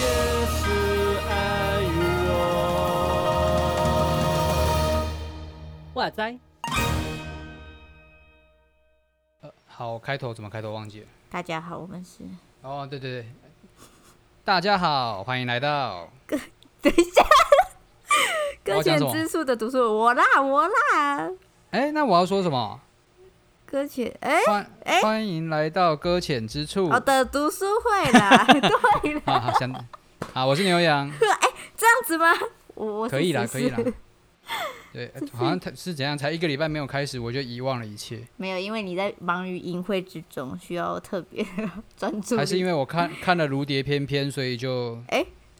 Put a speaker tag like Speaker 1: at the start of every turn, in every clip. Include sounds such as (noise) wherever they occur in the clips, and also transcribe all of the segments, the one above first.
Speaker 1: 也是爱我。哇塞！呃，好，开头怎么开头忘记了？
Speaker 2: 大家好，我们是
Speaker 1: 哦，对对对，大家好，欢迎来到。
Speaker 2: (laughs) 等一
Speaker 1: (laughs)
Speaker 2: 下，
Speaker 1: 我
Speaker 2: 搁
Speaker 1: 要讲什
Speaker 2: 浅
Speaker 1: 么
Speaker 2: 之树的读书人，我啦我啦，
Speaker 1: 哎，那我要说什么？
Speaker 2: 搁浅哎
Speaker 1: 欢
Speaker 2: 哎
Speaker 1: 欢迎来到搁浅之处。
Speaker 2: 我的读书
Speaker 1: (laughs)
Speaker 2: 会啦，对啦，
Speaker 1: 哈哈，想啊，我是牛羊，
Speaker 2: 这样子吗？我 (laughs) 我是
Speaker 1: 可以啦，
Speaker 2: 思
Speaker 1: 可以啦
Speaker 2: 思。
Speaker 1: 对，呃好像他是怎样？才一个礼拜没有开始，我就遗忘了一切，
Speaker 2: (laughs) 没有，因为你在忙于淫秽之中，需要特别专注力。
Speaker 1: 还是因为我看 (laughs) 看了《如蝶翩翩》，所以就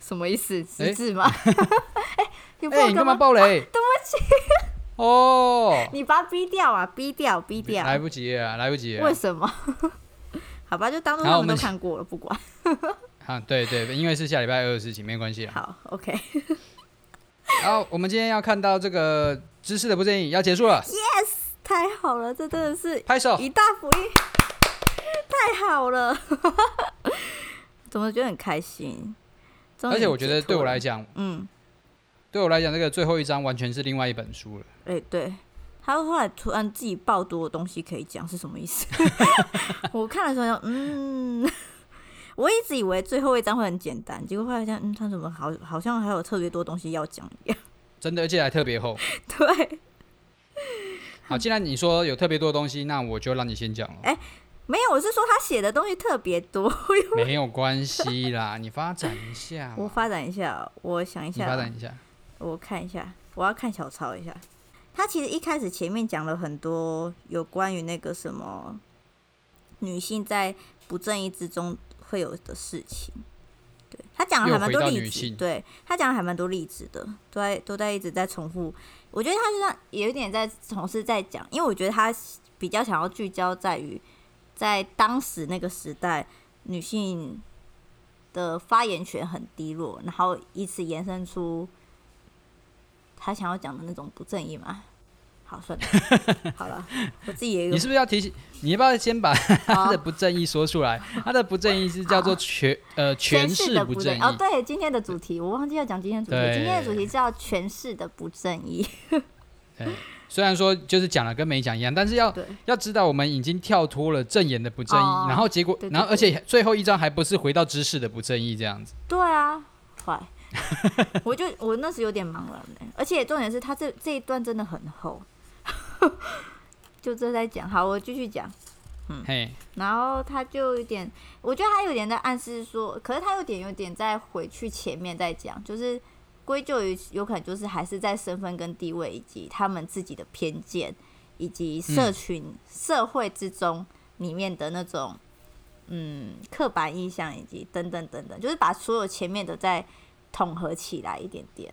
Speaker 2: 什么意思？
Speaker 1: 哎
Speaker 2: 失智
Speaker 1: (laughs)
Speaker 2: 吗？哎、你不
Speaker 1: 哎、你干嘛
Speaker 2: 嘛？
Speaker 1: 爆雷？对不起。
Speaker 2: (laughs)
Speaker 1: 哦，
Speaker 2: 你把它逼掉啊！逼掉，逼掉！
Speaker 1: 来不及了，来不及了
Speaker 2: 为。什么？ (laughs) 好吧，就当做
Speaker 1: 然后
Speaker 2: 他
Speaker 1: 我
Speaker 2: 们
Speaker 1: 们
Speaker 2: 都看过了，不管。
Speaker 1: 啊，对对，因为是下礼拜二的事情，没关系啦。
Speaker 2: 好，OK，
Speaker 1: 然后我们今天要看到这个知识的不正义要结束了，
Speaker 2: 太好了，这真的是
Speaker 1: 拍手。
Speaker 2: 一大福音，太好了！ (laughs) 怎么觉得很开心？终于
Speaker 1: 而且我觉得
Speaker 2: 解脱
Speaker 1: 对我
Speaker 2: 了
Speaker 1: 来，讲，
Speaker 2: 嗯，
Speaker 1: 对我来讲，这个最后一章完全是另外一本书了。
Speaker 2: 哎、对，他后来突然自己爆多的东西可以讲，是什么意思？ (laughs) 我看的时候，嗯，我一直以为最后一章会很简单，结果后来想，嗯，他怎么好好像还有特别多东西要讲一样？ (laughs)
Speaker 1: 真的，而且还特别厚。
Speaker 2: 对，
Speaker 1: 好，既然你说有特别多的东西，那我就让你先讲了。
Speaker 2: 没有，我是说他写的东西特别多。
Speaker 1: 没有关系啦，你发展一下嘛，
Speaker 2: 我发展一下，我想一
Speaker 1: 你
Speaker 2: 下，
Speaker 1: 发展一下。
Speaker 2: 我看一下，我要看小抄一下。他其实一开始前面讲了很多有关于那个什么女性在不正义之中会有的事情。对他讲了还蛮多
Speaker 1: 又回到
Speaker 2: 例
Speaker 1: 女
Speaker 2: 子，
Speaker 1: 性
Speaker 2: 对他讲了还蛮多例子的，都在都在一直在重复。我觉得他就像有一点在总是在讲，因为我觉得他比较想要聚焦在于在当时那个时代女性的发言权很低落，然后以此延伸出他想要讲的那种不正义嘛。好，算了，好了，我自己也有
Speaker 1: 你是不是要提醒？你要不要先把他
Speaker 2: 好
Speaker 1: 的不正义说出来？他的不正义是叫做权呃权
Speaker 2: 诠
Speaker 1: 势
Speaker 2: 的
Speaker 1: 不正
Speaker 2: 正
Speaker 1: 义。
Speaker 2: 哦，对，今天的主题我忘记要讲今天的主题，
Speaker 1: 对
Speaker 2: 今天的主题叫诠释的不正义。
Speaker 1: 虽然说就是讲了跟没讲一样，但是要
Speaker 2: 对
Speaker 1: 要知道我们已经跳脱了正言的不正义，
Speaker 2: 哦
Speaker 1: 然后结果，
Speaker 2: 对对
Speaker 1: 然后而且最后一章还不是回到知识的不正义这样子。
Speaker 2: 对啊，坏， (laughs) 我就我那时有点茫然呢，而且重点是他这这一段真的很厚， (laughs) 就这在讲，好，我继续讲。嗯
Speaker 1: 嘿，
Speaker 2: 然后他就有点，我觉得他有点在暗示说，可是他有点有点在回去前面再讲，就是归咎于有可能就是还是在身份跟地位以及他们自己的偏见，以及社群、社会之中里面的那种嗯刻板印象以及等等等等，就是把所有前面的再统合起来一点点。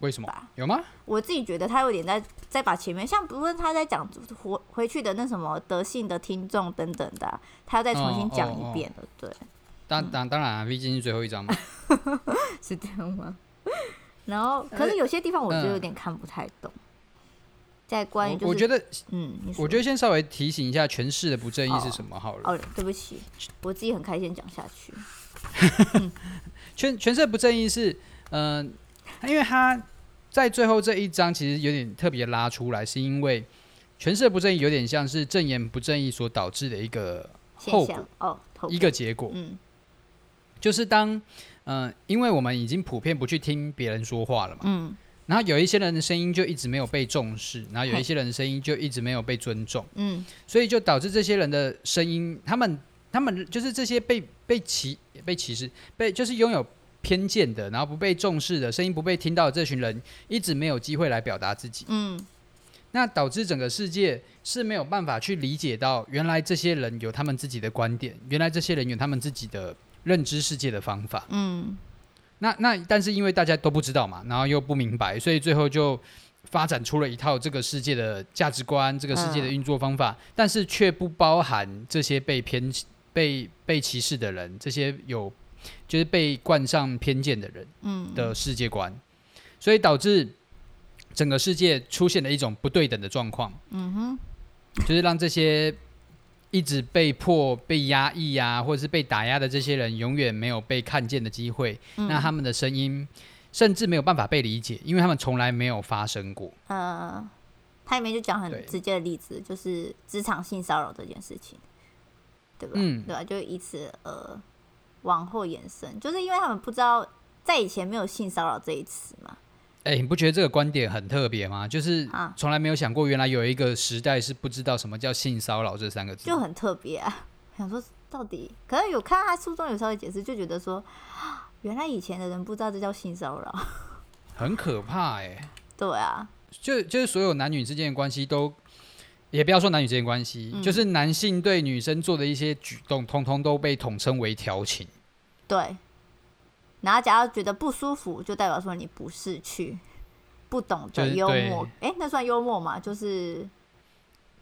Speaker 1: 为什么
Speaker 2: 吧？
Speaker 1: 有吗？
Speaker 2: 我自己觉得他有点在在把前面，像不论他在讲回回去的那什么德性的听众等等的啊、他要再重新讲一遍了。
Speaker 1: (laughs)
Speaker 2: 嗯
Speaker 1: 当当当然、啊，毕竟是最后一章
Speaker 2: (laughs)
Speaker 1: 嘛。
Speaker 2: 对，是这样吗？ (laughs) 然后，
Speaker 1: 呃
Speaker 2: 可是有些地方我就有点看不太懂，在关于
Speaker 1: 嗯我
Speaker 2: 就
Speaker 1: 我
Speaker 2: 是
Speaker 1: 觉得，
Speaker 2: 嗯，你说
Speaker 1: 我觉得先稍微提醒一下权势的不正义是
Speaker 2: 哦
Speaker 1: 什么好了。
Speaker 2: 哦，对不起，我自己很开心讲下去。
Speaker 1: 全全色不正义是，嗯、因为他在最后这一章其实有点特别拉出来，是因为全色不正义有点像是正言不正义所导致的一个后
Speaker 2: 现
Speaker 1: 果
Speaker 2: 象，哦，头
Speaker 1: 一个结果，
Speaker 2: 嗯，
Speaker 1: 就是当，嗯、因为我们已经普遍不去听别人说话了嘛，
Speaker 2: 嗯
Speaker 1: 然后有一些人的声音就一直没有被重视，然后有一
Speaker 2: 嘿
Speaker 1: 些人的声音就一直没有被尊重，
Speaker 2: 嗯
Speaker 1: 所以就导致这些人的声音，他们他们就是这些被被歧被歧视被就是拥有偏见的，然后不被重视的声音不被听到的这群人，一直没有机会来表达自己，
Speaker 2: 嗯，
Speaker 1: 那导致整个世界是没有办法去理解到，原来这些人有他们自己的观点，原来这些人有他们自己的认知世界的方法。
Speaker 2: 嗯
Speaker 1: 那那但是因为大家都不知道嘛，然后又不明白，所以最后就发展出了一套这个世界的价值观，这个世界的运作方法，但是却不包含这些被偏被被歧视的人，这些有就是被冠上偏见的人
Speaker 2: 嗯，
Speaker 1: 的世界观，所以导致整个世界出现了一种不对等的状况，
Speaker 2: 嗯哼，
Speaker 1: 就是让这些一直被迫被压抑啊，或者是被打压的这些人，永远没有被看见的机会。
Speaker 2: 嗯
Speaker 1: 那他们的声音甚至没有办法被理解，因为他们从来没有发生过。
Speaker 2: 呃，它里面就讲
Speaker 1: 对
Speaker 2: 很直接的例子，就是职场性骚扰这件事情，对吧？
Speaker 1: 嗯
Speaker 2: 对吧？就以此呃往后延伸，就是因为他们不知道在以前没有性骚扰这一词嘛，
Speaker 1: 哎、你不觉得这个观点很特别吗？就是
Speaker 2: 啊
Speaker 1: 从来没有想过，原来有一个时代是不知道什么叫性骚扰这三个字。
Speaker 2: 就很特别啊。 (laughs) 想说到底，可能有看到他书中有稍微解释，就觉得说， (gasps) 啊原来以前的人不知道这叫性骚扰， (laughs)
Speaker 1: 很可怕哎、
Speaker 2: 对啊，
Speaker 1: 就就是所有男女之间的关系都，也不要说男女之间的关系，
Speaker 2: 嗯
Speaker 1: 就是男性对女生做的一些举动，通通都被统称为调情。
Speaker 2: 对。然后，假如觉得不舒服，就代表说你不识趣，不懂
Speaker 1: 就
Speaker 2: 得
Speaker 1: 是
Speaker 2: 幽
Speaker 1: 对
Speaker 2: 默。哎、那算幽默吗？就是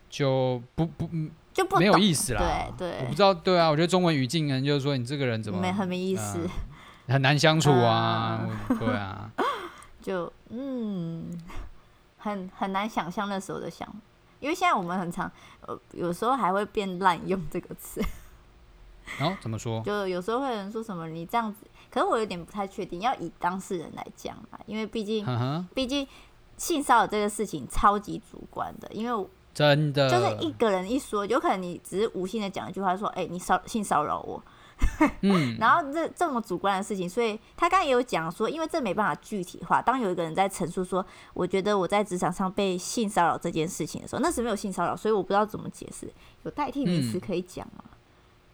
Speaker 1: 就不不嗯
Speaker 2: 就不
Speaker 1: 没有
Speaker 2: 懂
Speaker 1: 意思啦，
Speaker 2: 对对
Speaker 1: 我不知道，对啊，我觉得中文语境可能就是说你这个人怎么
Speaker 2: 没很没嗯意思，
Speaker 1: 呃很难相处啊，我对啊，
Speaker 2: (laughs) 就嗯，很很难想象那时候的想，因为现在我们很常呃，有时候还会变 (laughs) 滥用这个词，
Speaker 1: 哦然后怎么说？
Speaker 2: 就有时候会有人说什么你这样子，可是我有点不太确定，要以当事人来讲嘛，因为毕竟
Speaker 1: 哼嗯哼，
Speaker 2: 毕竟性骚扰这个事情超级主观的，因为我
Speaker 1: 真的
Speaker 2: 就是一个人一说，有可能你只是无心的讲一句话说，哎、你骚性骚扰我，
Speaker 1: 嗯，
Speaker 2: (laughs) 然后这这么主观的事情，所以他刚才也有讲说，因为这没办法具体化。当有一个人在陈述说，我觉得我在职场上被性骚扰这件事情的时候，那时没有性骚扰，所以我不知道怎么解释，有代替名词
Speaker 1: 嗯
Speaker 2: 可以讲吗？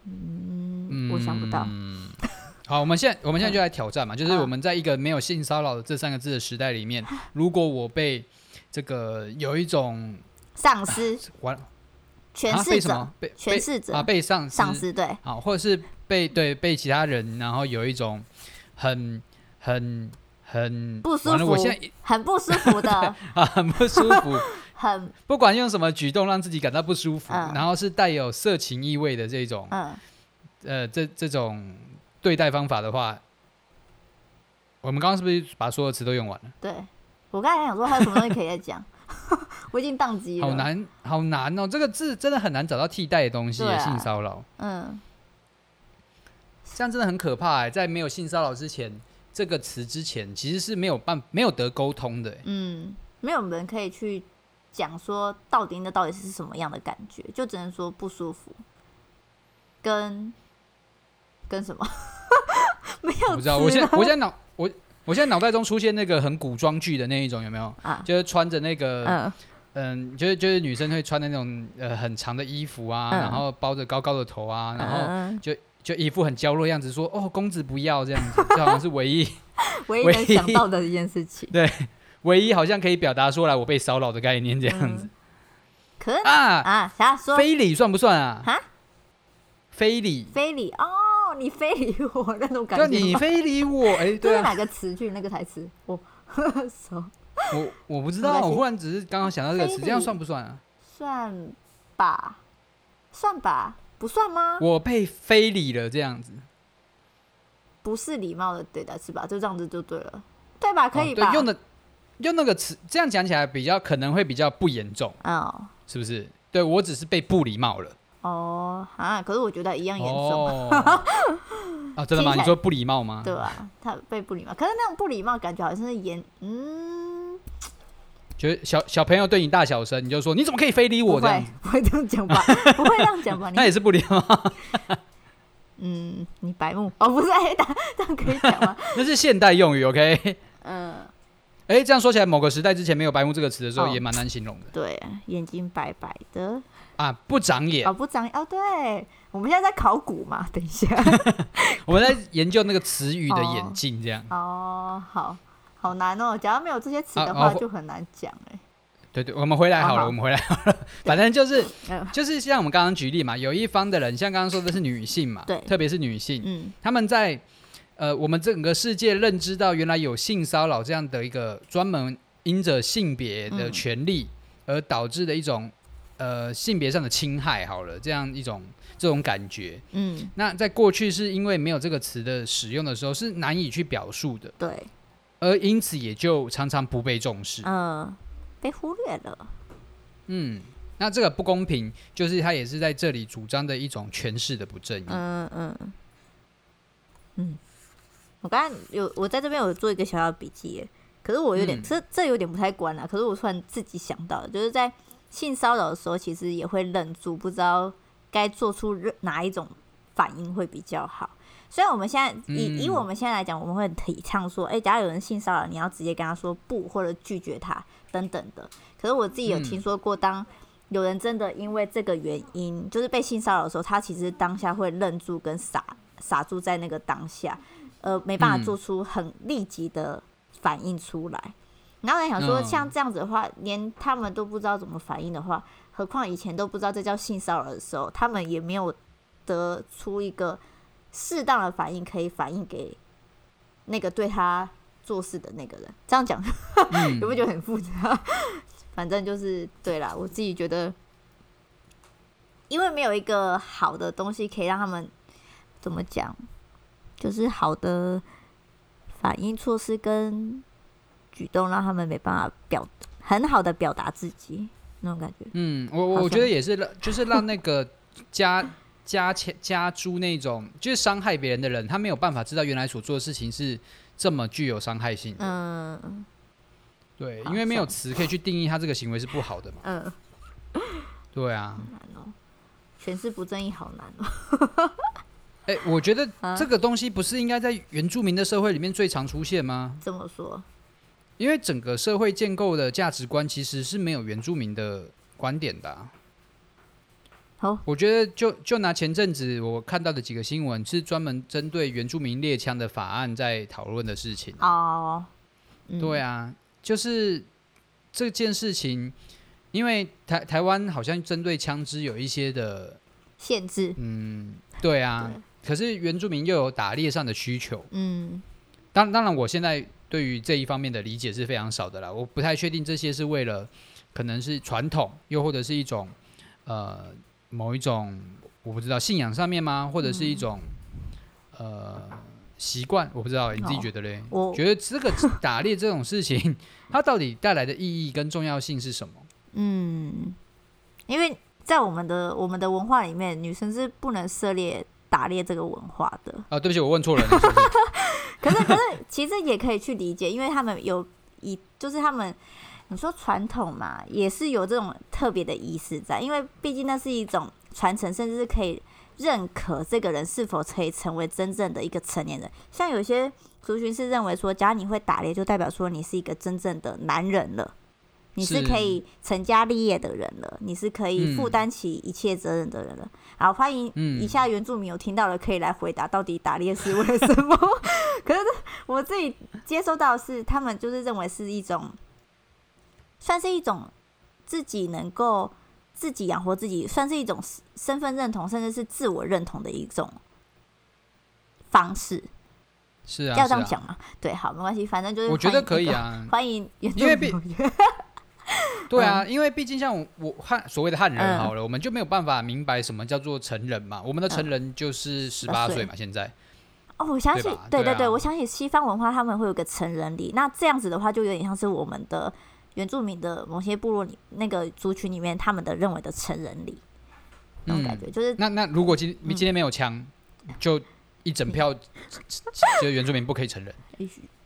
Speaker 2: 嗯，我想不到。嗯
Speaker 1: 嗯好，我们现在我们现在就来挑战嘛，就是我们在一个没有性骚扰这三个字的时代里面，如果我被这个有一种
Speaker 2: 丧尸、
Speaker 1: 完
Speaker 2: 诠
Speaker 1: 啊被
Speaker 2: 释
Speaker 1: 什
Speaker 2: 者、
Speaker 1: 么被
Speaker 2: 诠释
Speaker 1: 被
Speaker 2: 者、
Speaker 1: 啊被丧
Speaker 2: 丧
Speaker 1: 尸
Speaker 2: 尸，对，
Speaker 1: 啊，或者是被对被其他人，然后有一种很很很
Speaker 2: 不舒
Speaker 1: 完了
Speaker 2: 服
Speaker 1: 我现在
Speaker 2: 很不舒服
Speaker 1: (laughs)
Speaker 2: 的，
Speaker 1: 啊很不舒服，
Speaker 2: 很
Speaker 1: 不管用什么举动让自己感到不舒服，
Speaker 2: 嗯
Speaker 1: 然后是带有色情意味的这种
Speaker 2: 嗯，
Speaker 1: 呃这这种对待方法的话，我们刚刚是不是把所有词都用完了？
Speaker 2: 对。我刚才想说还有什么东西可以再讲， (laughs) 我已经宕机了。
Speaker 1: 好难，好难哦！这个字真的很难找到替代的东西耶。
Speaker 2: 对啊
Speaker 1: 性骚扰
Speaker 2: 嗯，
Speaker 1: 这样真的很可怕哎，在没有性骚扰之前，这个词之前其实是没有办没有得沟通的耶。欸
Speaker 2: 嗯，没有人可以去讲说到底那到底是什么样的感觉，就只能说不舒服，跟跟什么 (laughs) 没有词了，
Speaker 1: 我不知道，我现在我现在脑我我现在脑袋中出现那个很古装剧的那一种，有没有？
Speaker 2: 啊，
Speaker 1: 就是穿着那个，
Speaker 2: 嗯
Speaker 1: 嗯，就是就是女生会穿的那种呃很长的衣服啊，
Speaker 2: 嗯
Speaker 1: 然后包着高高的头啊，然后
Speaker 2: 嗯，
Speaker 1: 就一副很娇弱的样子，说哦公子不要这样子， (laughs) 这好像是唯一
Speaker 2: 唯一
Speaker 1: 唯
Speaker 2: 能
Speaker 1: 一。
Speaker 2: 想到的一件事情
Speaker 1: 唯一好像可以表达出来我被骚扰的概念这样子
Speaker 2: 嗯可是
Speaker 1: 啊。
Speaker 2: 啊，啥说
Speaker 1: 非礼算不算啊？
Speaker 2: 啊？
Speaker 1: 非礼，
Speaker 2: 非礼哦，你非礼我那种
Speaker 1: 就
Speaker 2: 感觉，
Speaker 1: 啊你，非礼我，
Speaker 2: (laughs)
Speaker 1: 哎、
Speaker 2: 这
Speaker 1: 对
Speaker 2: 是
Speaker 1: 啊，
Speaker 2: 哪个词句？那个台词我 (laughs) 手
Speaker 1: 我我不知
Speaker 2: 没关
Speaker 1: 道，
Speaker 2: 系
Speaker 1: 我忽然只是刚刚想到这个词，
Speaker 2: 非礼
Speaker 1: 这样算不算啊？
Speaker 2: 算吧，算吧，不算吗？
Speaker 1: 我被非礼了这样子。
Speaker 2: 不是礼貌的对待是吧？就这样子就对了，对吧？可以
Speaker 1: 哦
Speaker 2: 吧？
Speaker 1: 对，用的用那个词，这样讲起来比较可能会比较不严重，
Speaker 2: 哦
Speaker 1: 是不是？对我只是被不礼貌了。
Speaker 2: 哦啊！可是我觉得一样严重， (laughs)
Speaker 1: 哦，啊，真的
Speaker 2: 听
Speaker 1: 吗？
Speaker 2: 起来
Speaker 1: 你说不礼貌吗？
Speaker 2: 对啊吧？他被不礼貌，可是那种不礼貌感觉好像是严，嗯，
Speaker 1: 就是小小朋友对你大小声，你就说你怎么可以非礼
Speaker 2: 不
Speaker 1: 我这样
Speaker 2: 会
Speaker 1: 子？
Speaker 2: 不会这
Speaker 1: (laughs)
Speaker 2: 样讲吧？不会这样讲吧？
Speaker 1: 那
Speaker 2: 你
Speaker 1: 也是不礼貌， (laughs)
Speaker 2: 嗯，你白目哦，不是哎，打这样可以
Speaker 1: (laughs)
Speaker 2: 讲吗？
Speaker 1: 那是现代用语，OK？
Speaker 2: 嗯，
Speaker 1: 哎，这样说起来，某个时代之前没有“白目”这个词的时候，
Speaker 2: 哦
Speaker 1: 也蛮难形容的
Speaker 2: 对，眼睛白白的，
Speaker 1: 啊，不长眼
Speaker 2: 哦。不长哦，对，我们现在在考古嘛，等一下
Speaker 1: 我们在研究那个词语的演进，这样。
Speaker 2: 哦，好好难哦，假如没有这些词
Speaker 1: 啊
Speaker 2: 的
Speaker 1: 啊
Speaker 2: 话
Speaker 1: 我
Speaker 2: 就很难讲哎，
Speaker 1: 对对，我们回来好
Speaker 2: 好
Speaker 1: 了，
Speaker 2: 好
Speaker 1: 我们回来好了。 (laughs) 反正就是
Speaker 2: 嗯
Speaker 1: 就是像我们刚刚举例嘛，有一方的人，像刚刚说的是女性嘛，
Speaker 2: 对
Speaker 1: 特别是女性，
Speaker 2: 嗯
Speaker 1: 他们在呃我们整个世界认知到原来有性骚扰这样的一个专门因着性别
Speaker 2: 嗯
Speaker 1: 的权利而导致的一种、呃性别上的侵害，好了，这样一种这种感觉。
Speaker 2: 嗯，
Speaker 1: 那在过去是因为没有这个词的使用的时候是难以去表述的，
Speaker 2: 对，
Speaker 1: 而因此也就常常不被重视。
Speaker 2: 嗯，被忽略了。
Speaker 1: 嗯，那这个不公平，就是他也是在这里主张的一种权势的不正义。
Speaker 2: 嗯嗯嗯，我刚刚有我在这边有做一个小小的笔记耶，可是我有点、
Speaker 1: 嗯
Speaker 2: 这这有点不太关啦。可是我突然自己想到了，就是在性骚扰的时候，其实也会愣住，不知道该做出任哪一种反应会比较好。虽然我们现在以、以
Speaker 1: 嗯
Speaker 2: 我们现在来讲，我们会很提倡说，哎、假如有人性骚扰，你要直接跟他说不，或者拒绝他等等的。可是我自己有
Speaker 1: 嗯
Speaker 2: 听说过，当有人真的因为这个原因，就是被性骚扰的时候，他其实当下会愣住跟傻傻住在那个当下，呃，没办法
Speaker 1: 嗯
Speaker 2: 做出很立即的反应出来。然后我在想说，
Speaker 1: 嗯
Speaker 2: 像这样子的话，连他们都不知道怎么反应的话，何况以前都不知道这叫性骚扰的时候，他们也没有得出一个适当的反应，可以反映给那个对他做事的那个人。这样讲 (laughs)
Speaker 1: 嗯
Speaker 2: 有没有觉得很复杂？ (laughs) 反正就是对啦，我自己觉得，因为没有一个好的东西可以让他们怎么讲，就是好的反应措施跟举动，让他们没办法表很好的表达自己那种感觉。
Speaker 1: 嗯，我
Speaker 2: 好
Speaker 1: 我我觉
Speaker 2: 像
Speaker 1: 得也是让，就是让那个家家前家猪那种就是伤害别人的人，他没有办法知道原来所做的事情是这么具有伤害性的。
Speaker 2: 嗯
Speaker 1: 对，
Speaker 2: 好
Speaker 1: 因为没有
Speaker 2: 算了
Speaker 1: 词可以去定义他这个行为是不好的嘛。
Speaker 2: 嗯，
Speaker 1: 对啊，
Speaker 2: 难哦，诠释不正义好难哦。
Speaker 1: 哎、我觉得
Speaker 2: 啊
Speaker 1: 这个东西不是应该在原住民的社会里面最常出现吗？
Speaker 2: 这么说，
Speaker 1: 因为整个社会建构的价值观其实是没有原住民的观点的啊、
Speaker 2: 好，
Speaker 1: 我觉得就就拿前阵子我看到的几个新闻，是专门针对原住民猎枪的法案在讨论的事情。
Speaker 2: 哦，嗯
Speaker 1: 对啊，就是这件事情，因为台台湾好像针对枪支有一些的，
Speaker 2: 限制，
Speaker 1: 嗯，对啊。
Speaker 2: 对
Speaker 1: 可是原住民又有打猎上的需求，
Speaker 2: 嗯
Speaker 1: 当当然我现在对于这一方面的理解是非常少的啦，我不太确定这些是为了可能是传统，又或者是一种呃某一种我不知道信仰上面吗，或者是一
Speaker 2: 嗯
Speaker 1: 种、呃习惯，我不知道你自己
Speaker 2: 哦
Speaker 1: 觉得嘞？
Speaker 2: 我
Speaker 1: 觉得这
Speaker 2: (laughs)
Speaker 1: 个打猎这种事情，它到底带来的意义跟重要性是什么？
Speaker 2: 嗯，因为在我们的我们的文化里面，女生是不能涉猎打猎这个文化的。
Speaker 1: 啊，对不起，我问错人了，是不
Speaker 2: (laughs)
Speaker 1: 是
Speaker 2: 可是可是其实也可以去理解，因为他们有以就是他们你说传统嘛，也是有这种特别的仪式在，因为毕竟那是一种传承，甚至是可以认可这个人是否可以成为真正的一个成年人。像有些族群是认为说，只要你会打猎，就代表说你是一个真正的男人了。你是
Speaker 1: 是
Speaker 2: 可以成家立业的人了，你是可以
Speaker 1: 嗯
Speaker 2: 负担起一切责任的人了。好，欢迎
Speaker 1: 嗯
Speaker 2: 以下原住民有听到的可以来回答，到底打猎是为了什么？ (laughs) 可是我自己接收到的是，他们就是认为是一种，算是一种自己能够自己养活自己，算是一种身身份认同，甚至是自我认同的一种方式。
Speaker 1: 是啊，
Speaker 2: 要
Speaker 1: 是
Speaker 2: 这样
Speaker 1: 啊，
Speaker 2: 讲吗？对，好，没关系，反正就是
Speaker 1: 我觉得
Speaker 2: 欢
Speaker 1: 可
Speaker 2: 迎
Speaker 1: 以
Speaker 2: 那个，
Speaker 1: 啊，
Speaker 2: 欢迎原住
Speaker 1: 因为
Speaker 2: 民
Speaker 1: 毕
Speaker 2: 有约。
Speaker 1: 对啊，因为毕竟像我我汉所谓的汉人
Speaker 2: 嗯
Speaker 1: 好了，我们就没有办法明白什么叫做成人嘛。我们的成人就是嗯十八
Speaker 2: 18
Speaker 1: 岁嘛，现在
Speaker 2: 哦，我想
Speaker 1: 对
Speaker 2: 起
Speaker 1: 吧，
Speaker 2: 对
Speaker 1: 对
Speaker 2: 对，
Speaker 1: 啊
Speaker 2: 我想起西方文化他们会有个成人礼，那这样子的话就有点像是我们的原住民的某些部落里那个族群里面他们的认为的成人礼那种
Speaker 1: 嗯
Speaker 2: 感觉，就是
Speaker 1: 那那如果今今天没有枪，就一整票就原住民不可以成人。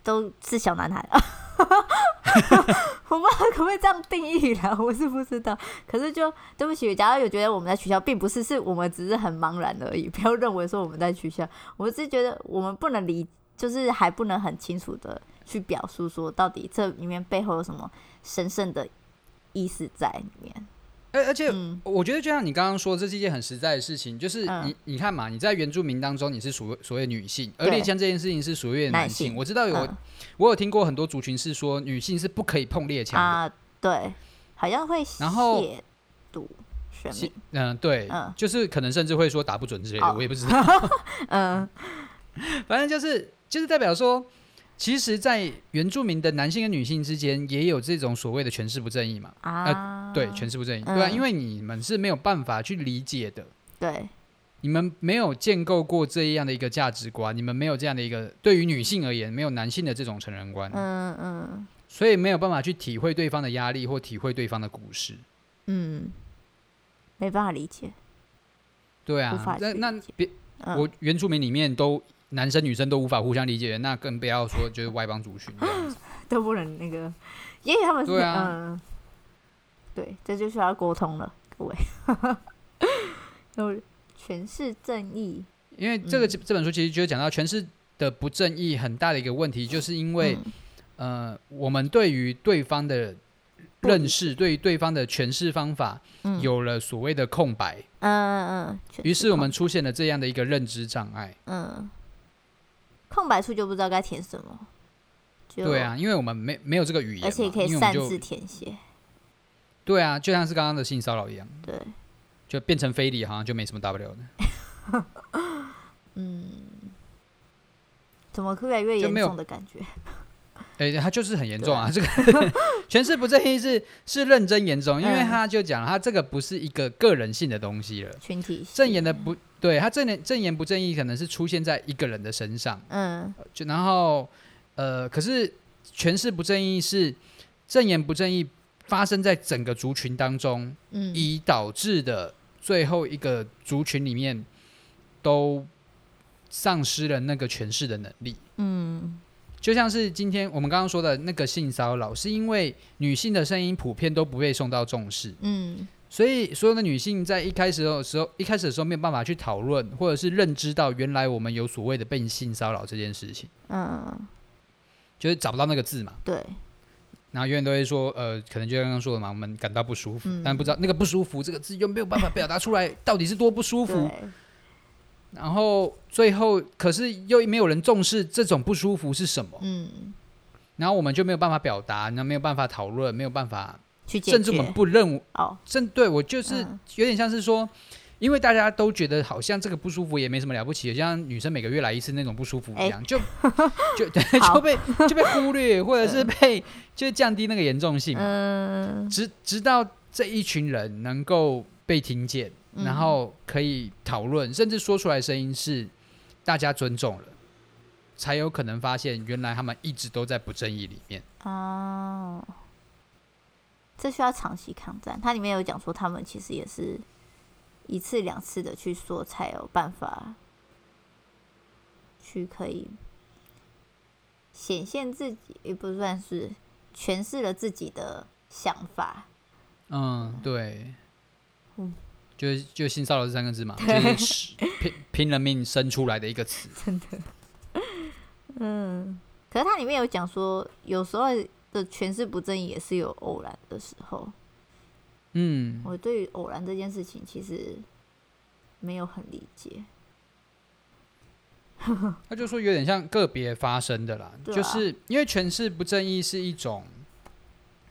Speaker 2: 都是小男孩。 (laughs) 我不知道可不可以这样定义啦，我是不知道。可是就对不起，假如有觉得我们在取笑，并不是是我们只是很茫然而已，不要认为说我们在取笑，我是觉得我们不能理，就是还不能很清楚的去表述说到底这里面背后有什么神圣的意思在里面。
Speaker 1: 而而且
Speaker 2: 嗯
Speaker 1: 我觉得就像你刚刚说，这是一件很实在的事情，就是
Speaker 2: 嗯
Speaker 1: 你你看嘛，你在原住民当中你是所谓所谓女性，而
Speaker 2: 对
Speaker 1: 猎枪这件事情是所谓的男
Speaker 2: 男性
Speaker 1: 性。我知道有
Speaker 2: 嗯
Speaker 1: 我有听过很多族群是说女性是不可以碰猎枪的。
Speaker 2: 啊，对，好像会
Speaker 1: 然后
Speaker 2: 亵渎生
Speaker 1: 是
Speaker 2: 命。
Speaker 1: 嗯，对
Speaker 2: 嗯，
Speaker 1: 就是可能甚至会说打不准之类的，
Speaker 2: 哦
Speaker 1: 我也不知道。 (laughs)
Speaker 2: 嗯
Speaker 1: 反正就是就是代表说，其实，在原住民的男性跟女性之间也有这种所谓的权势不正义嘛。
Speaker 2: 啊，
Speaker 1: 呃对，权势不正义，对啊，
Speaker 2: 嗯
Speaker 1: 因为你们是没有办法去理解的，
Speaker 2: 对，
Speaker 1: 你们没有建构过这样的一个价值观，你们没有这样的一个对于女性而言没有男性的这种成人观，
Speaker 2: 嗯嗯
Speaker 1: 所以没有办法去体会对方的压力或体会对方的故事。
Speaker 2: 嗯，没办法理解。
Speaker 1: 对
Speaker 2: 无
Speaker 1: 啊
Speaker 2: 法，
Speaker 1: 那
Speaker 2: 去
Speaker 1: 那
Speaker 2: 理解
Speaker 1: 别、
Speaker 2: 嗯
Speaker 1: 我原住民里面都男生女生都无法互相理解，那更不要说就是外邦族群这样子。
Speaker 2: 都不能那个，也许他们是
Speaker 1: 对啊
Speaker 2: 嗯，对，这就需要沟通了，各位。有全是正义，
Speaker 1: 因为这个
Speaker 2: 嗯
Speaker 1: 这这本书其实就讲到权势的不正义很大的一个问题，就是因为、
Speaker 2: 嗯
Speaker 1: 呃，我们对于对方的
Speaker 2: 不理
Speaker 1: 认识，对于对方的诠释方法
Speaker 2: 嗯
Speaker 1: 有了所谓的空白，
Speaker 2: 嗯嗯嗯，全
Speaker 1: 于是我们
Speaker 2: 空
Speaker 1: 出现了这样的一个认知障碍。
Speaker 2: 嗯空白处就不知道该填什么，就
Speaker 1: 对，啊，因为我们没没有这个语言嘛，
Speaker 2: 而且也可
Speaker 1: 因为
Speaker 2: 以
Speaker 1: 我们
Speaker 2: 擅
Speaker 1: 就
Speaker 2: 自填写，
Speaker 1: 对啊，就像是刚刚的性骚扰一样，
Speaker 2: 对，
Speaker 1: 就变成非礼，好像就没什么大不了的。
Speaker 2: 嗯怎么越来越
Speaker 1: 就
Speaker 2: 严
Speaker 1: 没有
Speaker 2: 重的感觉？
Speaker 1: 哎，他就是很严重啊，这个 (laughs) 诠释不正义是是认真严重，因为
Speaker 2: 嗯
Speaker 1: 他就讲他这个不是一个个人性的东西了。
Speaker 2: 群体性
Speaker 1: 正言的不对，他正言正言不正义可能是出现在一个人的身上，
Speaker 2: 嗯
Speaker 1: 就然后呃，可是权势不正义是正言不正义发生在整个族群当中，
Speaker 2: 嗯
Speaker 1: 以导致的最后一个族群里面都丧失了那个权势的能力。
Speaker 2: 嗯
Speaker 1: 就像是今天我们刚刚说的那个性骚扰，是因为女性的声音普遍都不被受到重视，
Speaker 2: 嗯
Speaker 1: 所以，所有的女性在一开始的时候，一开始的时候没有办法去讨论，或者是认知到原来我们有所谓的被性骚扰这件事情，
Speaker 2: 嗯，
Speaker 1: 就是找不到那个字嘛。
Speaker 2: 对，
Speaker 1: 然后永远都会说，呃，可能就像刚刚说的嘛，我们感到不舒服，
Speaker 2: 嗯
Speaker 1: 但不知道那个不舒服这个字又没有办法表达出来，到底是多不舒服。
Speaker 2: 对，
Speaker 1: 然后最后，可是又没有人重视这种不舒服是什么，
Speaker 2: 嗯，
Speaker 1: 然后我们就没有办法表达，那没有办法讨论，没有办法，
Speaker 2: 去解
Speaker 1: 甚至我们
Speaker 2: 决
Speaker 1: 不认
Speaker 2: 哦，
Speaker 1: 正对我就是
Speaker 2: 嗯
Speaker 1: 有点像是说，因为大家都觉得好像这个不舒服也没什么了不起的，就像女生每个月来一次那种不舒服一样，就就
Speaker 2: (laughs)
Speaker 1: 对
Speaker 2: 哎好
Speaker 1: 就被就被忽
Speaker 2: (laughs)
Speaker 1: 略，或者是被就是降低那个严重性嘛。
Speaker 2: 嗯
Speaker 1: 直直到这一群人能够被听见，然后可以讨论，甚至说出来的声音是大家尊重了，才有可能发现原来他们一直都在不正义里面。
Speaker 2: 哦，这需要长期抗战。它里面有讲说，他们其实也是一次两次的去说，才有办法去可以显现自己，也不算是诠释了自己的想法。
Speaker 1: 嗯，对，
Speaker 2: 哦嗯
Speaker 1: 就是就性骚扰这三个字嘛，就是是 (laughs) 拼拼了命生出来的一个词。
Speaker 2: 嗯，可是它里面有讲说，有时候的诠释不正义也是有偶然的时候。
Speaker 1: 嗯，
Speaker 2: 我对于偶然这件事情其实没有很理解。
Speaker 1: 他就说有点像个别发生的啦，
Speaker 2: 对啊
Speaker 1: 就是因为诠释不正义是一种，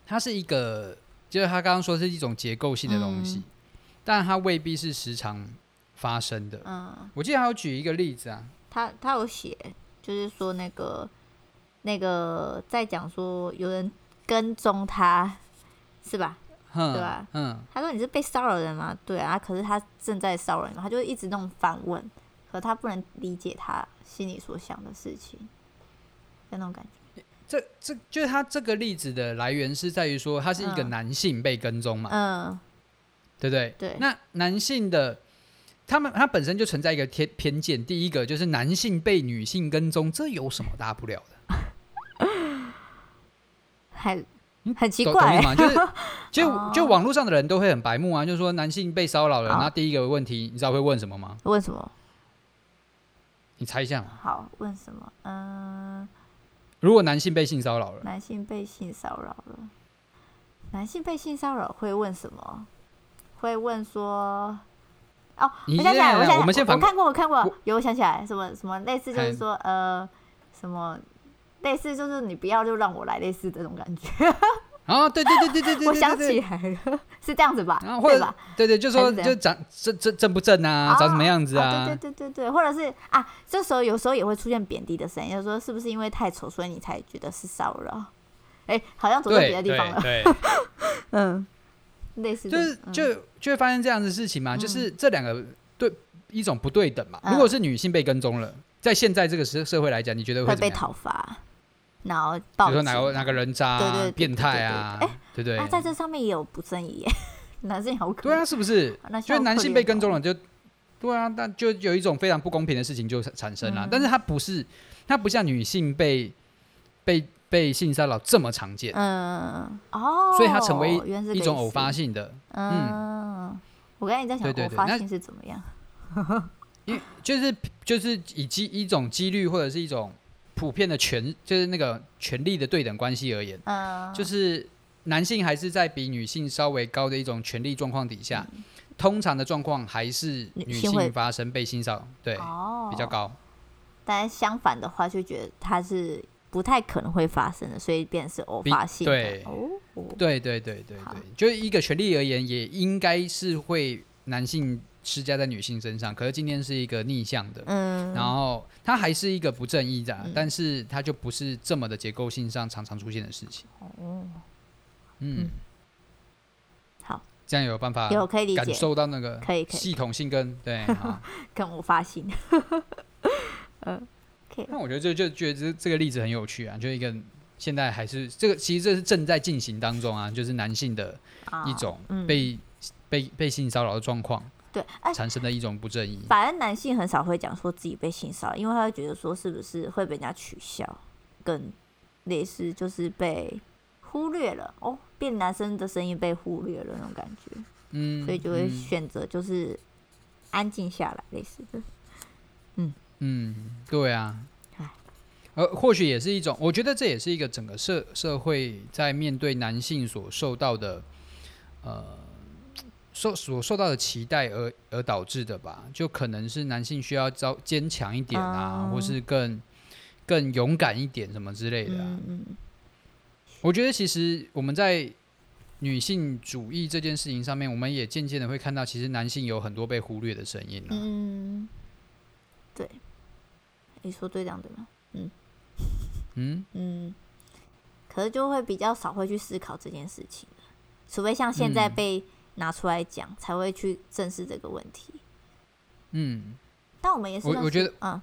Speaker 1: 它是一个，就是他刚刚说是一种结构性的东西，
Speaker 2: 嗯
Speaker 1: 但它未必是时常发生的。
Speaker 2: 嗯。
Speaker 1: 我记得还有举一个例子啊，
Speaker 2: 他他有写，就是说那个那个在讲说有人跟踪他，是吧？
Speaker 1: 哼，
Speaker 2: 对啊
Speaker 1: 嗯，
Speaker 2: 他说你是被骚扰的人吗？对啊，可是他正在骚扰你嘛，他就一直那种反问，可他不能理解他心里所想的事情，那种感觉。
Speaker 1: 这这就是他这个例子的来源是在于说，他是一个
Speaker 2: 嗯
Speaker 1: 男性被跟踪嘛，
Speaker 2: 嗯
Speaker 1: 对不对？
Speaker 2: 对
Speaker 1: 那男性的他们他本身就存在一个偏偏见，第一个就是男性被女性跟踪，这有什么大不了的？
Speaker 2: 很
Speaker 1: 嗯
Speaker 2: 很奇
Speaker 1: 懂
Speaker 2: 怪、
Speaker 1: 懂意吗？就是就
Speaker 2: 哦
Speaker 1: 就网络上的人都会很白目啊，就是说男性被骚扰了，
Speaker 2: 哦
Speaker 1: 那第一个问题你知道会问什么吗？
Speaker 2: (laughs) 问什么？
Speaker 1: 你猜一下嘛。
Speaker 2: 好，问什么？嗯，
Speaker 1: 如果男性被性骚扰了，
Speaker 2: 男性被性骚扰了，男性被性骚扰会问什么？会问说，哦，
Speaker 1: 你
Speaker 2: 我想起
Speaker 1: 先
Speaker 2: 来，
Speaker 1: 来
Speaker 2: 我
Speaker 1: 来
Speaker 2: 想起来
Speaker 1: 我们先反
Speaker 2: 看过，我看过
Speaker 1: 我，
Speaker 2: 有我想起来，什么什么类似就是
Speaker 1: 嗯
Speaker 2: 说，呃，什么类似就是你不要就让我来，类似这种感觉，
Speaker 1: 啊，对对对对对对，
Speaker 2: 我
Speaker 1: 对
Speaker 2: 想，
Speaker 1: 对
Speaker 2: 起
Speaker 1: 对
Speaker 2: 来了， (laughs) 是这样子吧？
Speaker 1: 然后或
Speaker 2: 对
Speaker 1: 者
Speaker 2: 吧？
Speaker 1: 对对，就
Speaker 2: 还
Speaker 1: 说
Speaker 2: 是怎
Speaker 1: 就
Speaker 2: 样
Speaker 1: 长正正正不正啊，长什么样子
Speaker 2: 哦对
Speaker 1: 啊？
Speaker 2: 对对对对，或者是啊，这时候有时候也会出现贬低的声音，就是说是不是因为太丑，所以你才觉得是骚扰？哎，好像走到别的地方了，
Speaker 1: 对，
Speaker 2: (laughs) 嗯，类似这
Speaker 1: 就
Speaker 2: 种
Speaker 1: 是
Speaker 2: 嗯
Speaker 1: 就就会发生这样的事情嘛，就是这两个对一种不对等嘛。
Speaker 2: 嗯
Speaker 1: 如果是女性被跟踪了，在现在这个社社会来讲，你觉得
Speaker 2: 会
Speaker 1: 怎么
Speaker 2: 被
Speaker 1: 样？
Speaker 2: 讨伐，然后
Speaker 1: 比
Speaker 2: 报
Speaker 1: 如说
Speaker 2: 警。
Speaker 1: 哪个哪个人渣、啊、
Speaker 2: 对对对
Speaker 1: 变态啊
Speaker 2: 对，
Speaker 1: 对不对？
Speaker 2: 啊，在这上面也有不正义耶， (laughs) 男生也好可
Speaker 1: 对
Speaker 2: 怜
Speaker 1: 啊，。是不是？
Speaker 2: 那
Speaker 1: 就是男性被跟踪
Speaker 2: 了，
Speaker 1: 了就，对啊，但就有一种非常不公平的事情就产生
Speaker 2: 嗯
Speaker 1: 了、但是它不是，它不像女性被被被性骚扰这么常见，
Speaker 2: 嗯，哦，
Speaker 1: 所以它成为
Speaker 2: 原来是这
Speaker 1: 一
Speaker 2: 个
Speaker 1: 种
Speaker 2: 意
Speaker 1: 偶
Speaker 2: 思
Speaker 1: 发性的，
Speaker 2: 嗯，我刚才在想
Speaker 1: 对对
Speaker 2: 偶
Speaker 1: 对
Speaker 2: 发
Speaker 1: 那
Speaker 2: 性是怎么样，
Speaker 1: 就是就是以机一种几率或者是一种普遍的权，就是那个权力的对等关系而言，
Speaker 2: 嗯，
Speaker 1: 就是男性还是在比女性稍微高的一种权力状况底下，通常的状况还是
Speaker 2: 嗯女
Speaker 1: 女
Speaker 2: 性会
Speaker 1: 性发生被性骚扰，对，
Speaker 2: 哦
Speaker 1: 比较。高。
Speaker 2: 但相反的话，就觉得它是不太可能会发生的，所以变成是偶
Speaker 1: 比
Speaker 2: 发性的。
Speaker 1: 对
Speaker 2: 哦，
Speaker 1: 对对对对
Speaker 2: 好
Speaker 1: 对，就是一个权利而言，也应该是会男性施加在女性身上，可是今天是一个逆向的，
Speaker 2: 嗯，
Speaker 1: 然后它还是一个不正义的啊，但是它就不是这么的结构性上常常出现的事情。
Speaker 2: 哦，
Speaker 1: 嗯，
Speaker 2: 好，
Speaker 1: 这样有办法
Speaker 2: 有可以理
Speaker 1: 感
Speaker 2: 解，
Speaker 1: 受到那个
Speaker 2: 可以可以，
Speaker 1: 系统性跟
Speaker 2: (laughs)
Speaker 1: 对。好
Speaker 2: 跟偶发性。嗯，OK，
Speaker 1: 那我觉得就就觉得这这个例子很有趣啊，就一个现在还是这个其实这是正在进行当中啊，就是男性的
Speaker 2: 啊
Speaker 1: 一种
Speaker 2: 嗯
Speaker 1: 被、被被性骚扰的状况。
Speaker 2: 对，哎，
Speaker 1: 产生的一种不正义。
Speaker 2: 反正男性很少会讲说自己被性骚扰，因为他会觉得说是不是会被人家取笑，更类似就是被忽略了哦，变男生的声音被忽略了那种感觉，
Speaker 1: 嗯，
Speaker 2: 所以就会
Speaker 1: 嗯
Speaker 2: 选择就是安静下来，类似的。
Speaker 1: 嗯，对啊
Speaker 2: 唉。
Speaker 1: 呃，或许也是一种，我觉得这也是一个整个社社会在面对男性所受到的，呃，受所受到的期待而而导致的吧。就可能是男性需要招坚强一点啊，
Speaker 2: 哦
Speaker 1: 或是更更勇敢一点什么之类的、啊。
Speaker 2: 嗯嗯，
Speaker 1: 我觉得其实我们在女性主义这件事情上面，我们也渐渐的会看到，其实男性有很多被忽略的声音了、啊
Speaker 2: 嗯，对，你说对这样对吗？
Speaker 1: 嗯，
Speaker 2: 嗯，可是就会比较少会去思考这件事情了，除非像现在
Speaker 1: 嗯
Speaker 2: 被拿出来讲，才会去正视这个问题。
Speaker 1: 嗯，
Speaker 2: 但我们也是
Speaker 1: 我
Speaker 2: 算
Speaker 1: 我
Speaker 2: 是
Speaker 1: 觉得，
Speaker 2: 嗯，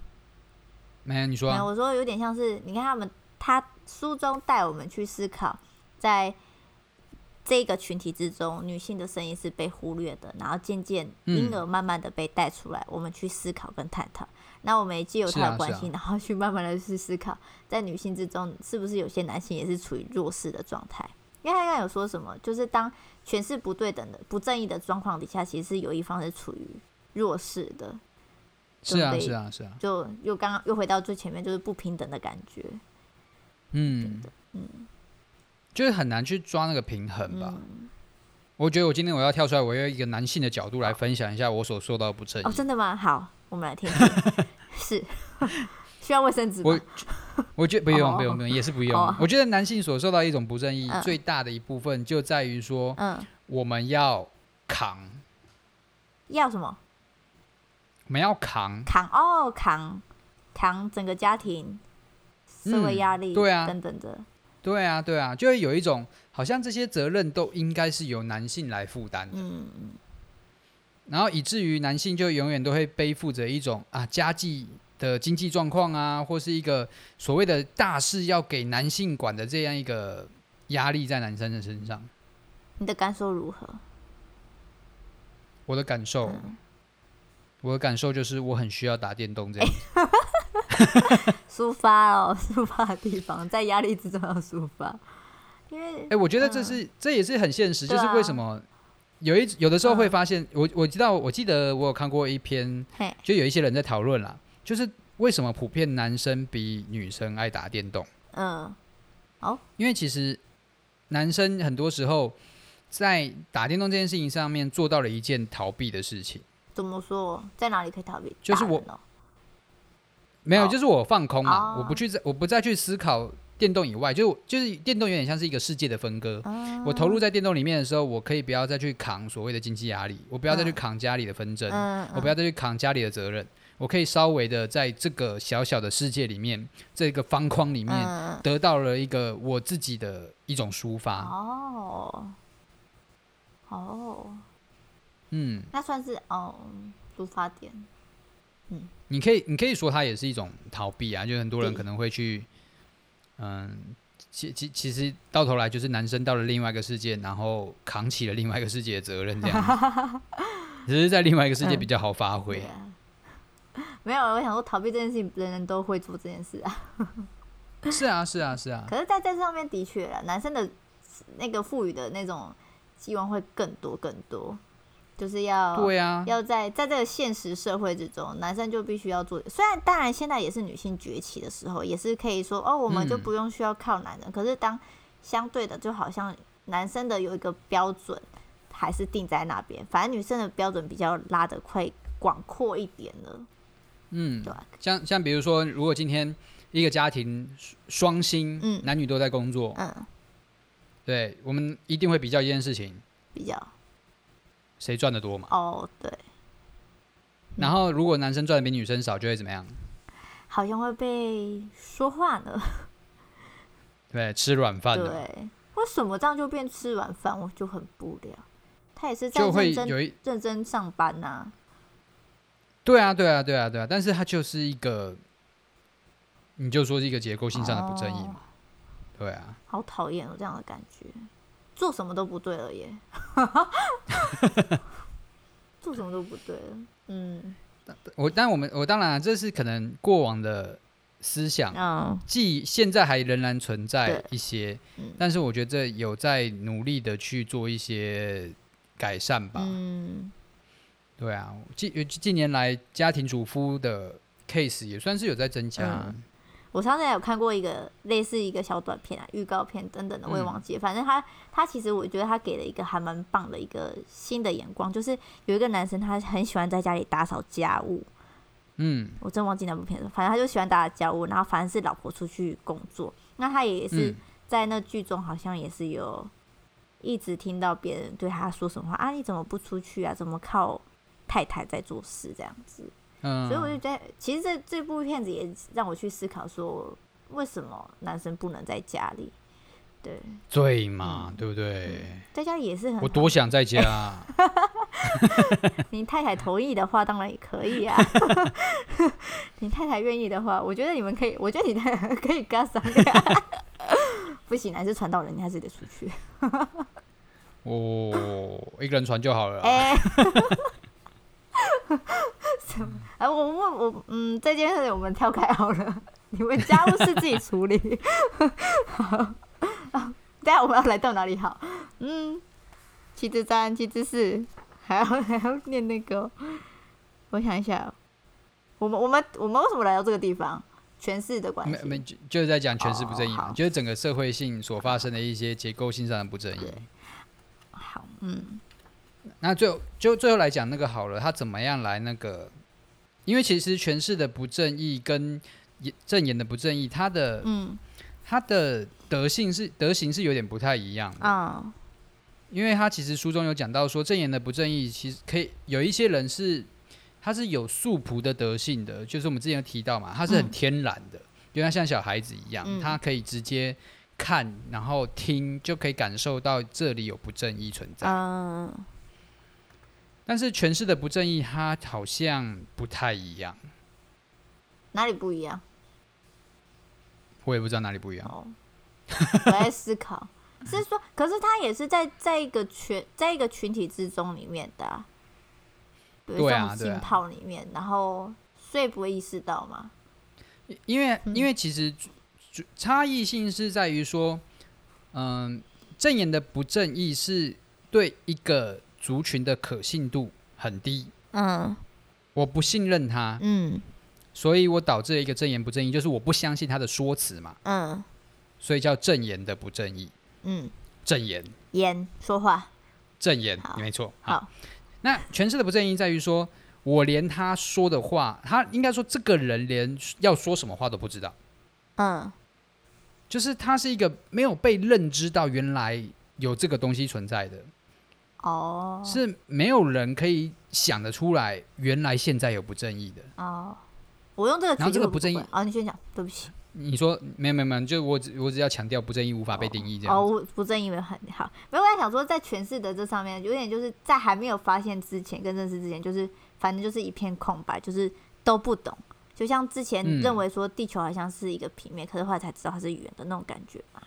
Speaker 1: 没有你说、
Speaker 2: 没
Speaker 1: 啊
Speaker 2: 有，。我说有点像是，你看他们，他书中带我们去思考，在这个群体之中，女性的声音是被忽略的，然后渐渐
Speaker 1: 嗯
Speaker 2: 因而慢慢的被带出来，我们去思考跟探讨。那我们也借由
Speaker 1: 是
Speaker 2: 他
Speaker 1: 啊
Speaker 2: 的关
Speaker 1: 是啊
Speaker 2: 系，然后去慢慢的去思考，在女性之中，是不是有些男性也是处于弱势的状态？因为他刚刚有说什么，就是当权势不对等的、不正义的状况底下，其实是有一方是处于弱势的，
Speaker 1: 是啊，
Speaker 2: 对
Speaker 1: 是啊，是啊，
Speaker 2: 就又刚刚又回到最前面，就是不平等的感觉。
Speaker 1: 嗯
Speaker 2: 嗯
Speaker 1: 就是很难去抓那个平衡吧。
Speaker 2: 嗯、
Speaker 1: 我觉得我今天我要跳出来，我要一个男性的角度来分享一下我所受到的不正义。
Speaker 2: 哦，真的吗？好，我们来听听。
Speaker 1: (laughs)
Speaker 2: 是需要卫生纸
Speaker 1: 我
Speaker 2: 吗？
Speaker 1: 我觉得不用，
Speaker 2: 哦
Speaker 1: 不用，不用，也是不用。
Speaker 2: 哦
Speaker 1: 我觉得男性所受到一种不正义、
Speaker 2: 嗯
Speaker 1: 最大的一部分就在于说，
Speaker 2: 嗯，
Speaker 1: 我们要扛，
Speaker 2: 要什么？
Speaker 1: 我们要扛。
Speaker 2: 扛哦，扛扛整个家庭社会压
Speaker 1: 嗯
Speaker 2: 力、
Speaker 1: 对啊
Speaker 2: 等等的。
Speaker 1: 对啊，对啊，就会有一种好像这些责任都应该是由男性来负担的。
Speaker 2: 嗯，
Speaker 1: 然后以至于男性就永远都会背负着一种啊家计的经济状况啊，或是一个所谓的大事要给男性管的这样一个压力在男生的身上。
Speaker 2: 你的感受如何？
Speaker 1: 我的感受，
Speaker 2: 嗯
Speaker 1: 我的感受就是我很需要打电动这样子。
Speaker 2: 抒发哦， (laughs) 抒发的地方在压力之中要抒发，因为
Speaker 1: 哎、我觉得这是、这也是很现实，
Speaker 2: 嗯对
Speaker 1: 就
Speaker 2: 啊嗯
Speaker 1: 是为什么有一有的时候会发现，我我知道我记得我有看过一篇
Speaker 2: 嘿，
Speaker 1: 就有一些人在讨论啦，就是为什么普遍男生比女生爱打电动。
Speaker 2: 嗯
Speaker 1: 因为其实男生很多时候在打电动这件事情上面做到了一件逃避的事情，
Speaker 2: 怎么说，在哪里可以逃避？
Speaker 1: 就是
Speaker 2: 打
Speaker 1: 我
Speaker 2: 人哦
Speaker 1: 没有，
Speaker 2: 哦
Speaker 1: 就是我放空嘛，
Speaker 2: 哦
Speaker 1: 我不去再我不再去思考电动以外，就就是电动有点像是一个世界的分割。
Speaker 2: 嗯
Speaker 1: 我投入在电动里面的时候，我可以不要再去扛所谓的经济压力，我不要再去
Speaker 2: 嗯
Speaker 1: 扛家里的纷争，
Speaker 2: 嗯，
Speaker 1: 我不要再去扛家里的责任，我可以稍微的在这个小小的世界里面，这个方框里
Speaker 2: 里
Speaker 1: 面，啊
Speaker 2: 嗯、
Speaker 1: 得到了一个我自己的一种抒发。
Speaker 2: 哦哦，
Speaker 1: 嗯，
Speaker 2: 哦那算是哦出发点，嗯，
Speaker 1: 你可以你可以说它也是一种逃避啊，就很多人
Speaker 2: 对
Speaker 1: 可能会去，嗯，其其其实到头来就是男生到了另外一个世界，然后扛起了另外一个世界的责任，这样
Speaker 2: (laughs)
Speaker 1: 子，只是在另外一个世
Speaker 2: 嗯
Speaker 1: 界比较好发挥
Speaker 2: 对。啊。 (laughs) 没有，啊我想说逃避这件事情，人人都会做这件事啊。
Speaker 1: 是啊，是啊，是啊，
Speaker 2: 可是，在这上面的确啦，男生的那个赋予的那种希望会更多更多，就是要
Speaker 1: 对啊，
Speaker 2: 要在在这个现实社会之中，男生就必须要做。虽然当然现在也是女性崛起的时候，也是可以说哦，我们就
Speaker 1: 嗯
Speaker 2: 不用需要靠男人。可是当相对的，就好像男生的有一个标准还是定在那边，反正女生的标准比较拉得快广阔一点了，
Speaker 1: 嗯
Speaker 2: 对，吧？啊
Speaker 1: 像像比如说，如果今天一个家庭双双薪，
Speaker 2: 嗯
Speaker 1: 男女都在工作，
Speaker 2: 嗯，
Speaker 1: 对我们一定会比较一件事情，
Speaker 2: 比较
Speaker 1: 谁赚的多嘛。
Speaker 2: 哦，对，
Speaker 1: 然后如果男生赚的比女生少，就会怎么样？
Speaker 2: 好像会被说话呢。
Speaker 1: 对，吃软饭的嘛，
Speaker 2: 对，为什么这样就变吃软饭？我就很不了。他也是在
Speaker 1: 就会
Speaker 2: 认真
Speaker 1: 有一
Speaker 2: 认真上班啊呐、
Speaker 1: 对啊，对啊，对啊，对啊。但是它就是一个，你就说是一个结构性上的不正义嘛。对啊，
Speaker 2: 好讨厌哦，这样的感觉，做什么都不对了耶， (laughs) 做什么都不对了，嗯
Speaker 1: 我但我们我当然啊这是可能过往的思想，
Speaker 2: 嗯
Speaker 1: 既现在还仍然存在
Speaker 2: 对
Speaker 1: 一些
Speaker 2: 嗯，
Speaker 1: 但是我觉得这有在努力的去做一些改善吧。
Speaker 2: 嗯，
Speaker 1: 对啊，近近年来家庭主妇的 case 也算是有在增加啊。
Speaker 2: 我上次还有看过一个类似一个小短片啊、预告片等等的，我也
Speaker 1: 嗯
Speaker 2: 忘记了。反正他他其实我觉得他给了一个还蛮棒的一个新的眼光，就是有一个男生他很喜欢在家里打扫家务，
Speaker 1: 嗯
Speaker 2: 我真忘记那部片了，反正他就喜欢打扫家务，然后反正是老婆出去工作，那他也是。
Speaker 1: 嗯
Speaker 2: 在那剧中好像也是有一直听到别人对他说什么话啊，你怎么不出去啊？怎么靠太太在做事这样子？
Speaker 1: 嗯，
Speaker 2: 所以我就在，其实这这部片子也让我去思考说，为什么男生不能在家里？对，
Speaker 1: 对嘛，
Speaker 2: 嗯
Speaker 1: 对不对？
Speaker 2: 在家里也是很
Speaker 1: 我
Speaker 2: 好。
Speaker 1: 多想在家 (laughs) 啊，
Speaker 2: 你太太同意的话，当然也可
Speaker 1: (laughs)
Speaker 2: 以啊。你太太愿意的话，我觉得你们可以，我觉得你太 (laughs) 太可以跟他商量。 (laughs) 不行，还是传到人，你还是得出去。啊
Speaker 1: 我一个人传就好了啊。
Speaker 2: 哎、什么？哎、我问我，嗯，这件事我们跳开好了。你们家务事自己处理。好，等下我们要来到哪里好？嗯，七之三、七之四，还要还要念那个哦、我想一下哦，我们我们我们为什么来到这个地方？权势的关
Speaker 1: 没
Speaker 2: 系
Speaker 1: 没，。就就是在讲全是不正义
Speaker 2: 哦
Speaker 1: 嘛，
Speaker 2: 哎好
Speaker 1: 就是整个社会性所发生的一些结构性上的不正义
Speaker 2: 对。好，嗯
Speaker 1: 那最后就最后来讲那个好了，他怎么样来那个？因为其实诠释的不正义跟也正言的不正义，它的
Speaker 2: 嗯
Speaker 1: 它的德性是德行是有点不太一样的。
Speaker 2: 啊，
Speaker 1: 因为他其实书中有讲到说，正言的不正义其实可以有一些人是他是有素朴的德性的，就是我们之前有提到嘛，他是很
Speaker 2: 嗯
Speaker 1: 天然的，就像像小孩子一样，
Speaker 2: 嗯
Speaker 1: 他可以直接看，然后听就可以感受到这里有不正义存在。
Speaker 2: 嗯
Speaker 1: 但是诠释的不正义，它好像不太一样，
Speaker 2: 哪里不一样？
Speaker 1: 我也不知道哪里不一样。
Speaker 2: 哦， (laughs) 我在思考，是说，可是他也是在在一个群，在一个群体之中里面的、啊，比如
Speaker 1: 对
Speaker 2: 像
Speaker 1: 啊对
Speaker 2: 浸
Speaker 1: 啊
Speaker 2: 泡里面，然后所以不会意识到嘛，
Speaker 1: 因为
Speaker 2: 嗯
Speaker 1: 因为其实主主差异性是在于说，嗯、正言的不正义是对一个族群的可信度很低，
Speaker 2: 嗯
Speaker 1: 我不信任他，
Speaker 2: 嗯
Speaker 1: 所以我导致了一个正言不正义，就是我不相信他的说辞嘛，
Speaker 2: 嗯
Speaker 1: 所以叫正言的不正义，
Speaker 2: 嗯，
Speaker 1: 正言
Speaker 2: 言说话，
Speaker 1: 正言
Speaker 2: 好，
Speaker 1: 没错。
Speaker 2: 好，
Speaker 1: 那诠释的不正义在于说，我连他说的话，他应该说这个人连要说什么话都不知道。
Speaker 2: 嗯
Speaker 1: 就是它是一个没有被认知到原来有这个东西存在的，
Speaker 2: 哦
Speaker 1: 是没有人可以想得出来，原来现在有不正义的。
Speaker 2: 哦，我用这个
Speaker 1: 然后这
Speaker 2: 词句
Speaker 1: 个
Speaker 2: 会
Speaker 1: 不正义
Speaker 2: 会哦，你先讲，对不起，
Speaker 1: 你说没有没有没有，就我只我只要强调不正义无法被定义这样
Speaker 2: 哦，
Speaker 1: 子。
Speaker 2: 我不正义没有很好，没有我在想说，在诠释的这上面，有点就是在还没有发现之前跟认识之前，就是反正就是一片空白，就是都不懂。就像之前
Speaker 1: 嗯
Speaker 2: 认为说地球好像是一个平面，可是后来才知道它是圆的那种感觉嘛，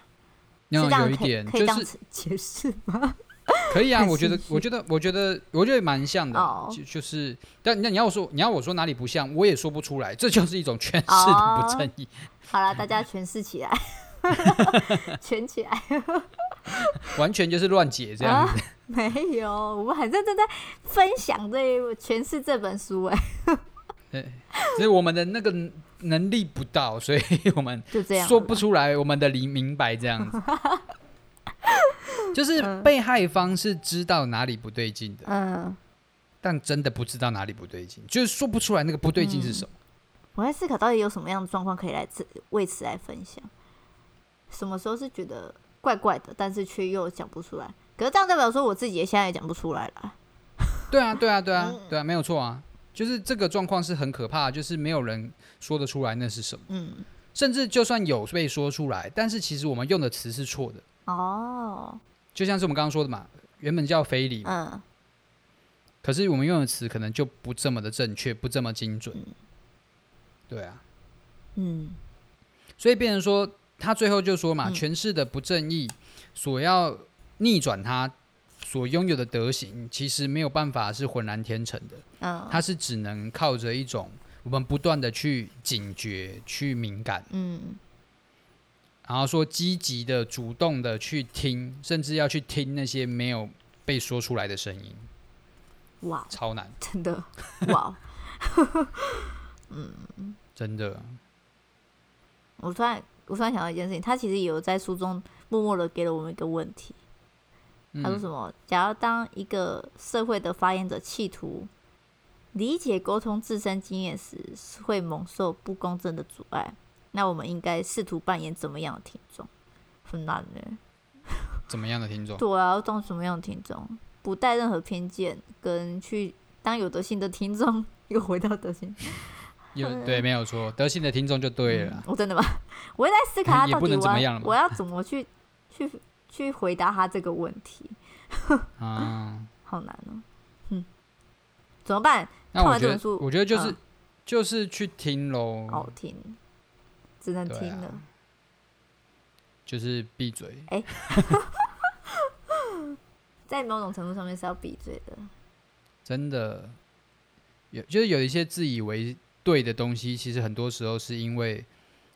Speaker 1: 那
Speaker 2: 是
Speaker 1: 有
Speaker 2: 这样
Speaker 1: 一
Speaker 2: 可以
Speaker 1: 点
Speaker 2: 可
Speaker 1: 就
Speaker 2: 以这样
Speaker 1: 是
Speaker 2: 子解释吗？ (laughs)
Speaker 1: 可以啊，
Speaker 2: 很
Speaker 1: 我觉得
Speaker 2: 兴，
Speaker 1: 我觉得，我觉得，我觉得蛮像的，
Speaker 2: 哦
Speaker 1: 就就是，但那你要我说，你要我说哪里不像，我也说不出来，这就是一种诠释
Speaker 2: 哦
Speaker 1: 的不正义。
Speaker 2: 好了，大家诠释起
Speaker 1: (laughs)
Speaker 2: 来，圈起来。
Speaker 1: 完全就是乱解这样子。
Speaker 2: 啊、 (laughs) 没有，我们很认真在分享这一诠释这本书哎，
Speaker 1: 所以我们的那个能力不到，所以我们
Speaker 2: 就这样
Speaker 1: 说不出来我们的理明白这样
Speaker 2: (laughs)
Speaker 1: 子。就是被害方是知道哪里不对劲的，
Speaker 2: 嗯，
Speaker 1: 但真的不知道哪里不对劲，就是说不出来那个不对劲
Speaker 2: 嗯
Speaker 1: 是什么。
Speaker 2: 我在思考到底有什么样的状况可以来自为此来分享，什么时候是觉得怪怪的，但是却又讲不出来，可是这样代表说我自己也现在也讲不出来了，
Speaker 1: 对啊，对啊，对
Speaker 2: 嗯
Speaker 1: 啊，对啊，没有错啊。就是这个状况是很可怕，就是没有人说得出来那是什么，
Speaker 2: 嗯，
Speaker 1: 甚至就算有被说出来，但是其实我们用的词是错的。
Speaker 2: 哦，
Speaker 1: 就像是我们刚刚说的嘛，原本叫非礼嘛，
Speaker 2: 嗯，
Speaker 1: 可是我们用的词可能就不这么的正确，不这么精准。对啊，
Speaker 2: 嗯，
Speaker 1: 所以变成说，他最后就说嘛，
Speaker 2: 嗯
Speaker 1: 诠释的不正义所要逆转他所拥有的德行，其实没有办法是浑然天成的，
Speaker 2: 嗯，
Speaker 1: 它是只能靠着一种我们不断的去警觉、去敏感，
Speaker 2: 嗯，
Speaker 1: 然后说积极的、主动的去听，甚至要去听那些没有被说出来的声音，
Speaker 2: 哇，
Speaker 1: 超难。
Speaker 2: 真的，哇，
Speaker 1: 真的，
Speaker 2: 我突然我突然想到一件事情，他其实也有在书中默默的给了我们一个问题，他说
Speaker 1: 嗯，
Speaker 2: 什么？假如当一个社会的发言者企图理解沟通自身经验时，是会蒙受不公正的阻碍，那我们应该试图扮演怎么样的听众？很难呢、
Speaker 1: 怎么样的听众？
Speaker 2: 对啊，要当什么样的听众？不带任何偏见，跟去当有德性的听众。又回到德性，
Speaker 1: 有对，没有错，德性的听众就对了
Speaker 2: 嗯
Speaker 1: 啦。
Speaker 2: 我真的吗？ (laughs) 我也在思考他
Speaker 1: 也
Speaker 2: 到
Speaker 1: 不
Speaker 2: 底
Speaker 1: 能
Speaker 2: 我
Speaker 1: 怎么
Speaker 2: 要
Speaker 1: 样了嘛
Speaker 2: 我要怎么去去去回答他这个问题，嗯
Speaker 1: 啊，
Speaker 2: 好难哦。嗯，怎么办？
Speaker 1: 那
Speaker 2: 看
Speaker 1: 我
Speaker 2: 完
Speaker 1: 觉
Speaker 2: 这本
Speaker 1: 得，
Speaker 2: 书
Speaker 1: 我觉得就是
Speaker 2: 嗯
Speaker 1: 就是去听
Speaker 2: 好
Speaker 1: 喽，
Speaker 2: 听，只能
Speaker 1: 嗯对
Speaker 2: 听
Speaker 1: 啊
Speaker 2: 了。
Speaker 1: 就是闭嘴。
Speaker 2: 在某种程度上面是要闭嘴的。
Speaker 1: 真的，有就是有一些自以为对的东西，其实很多时候是因为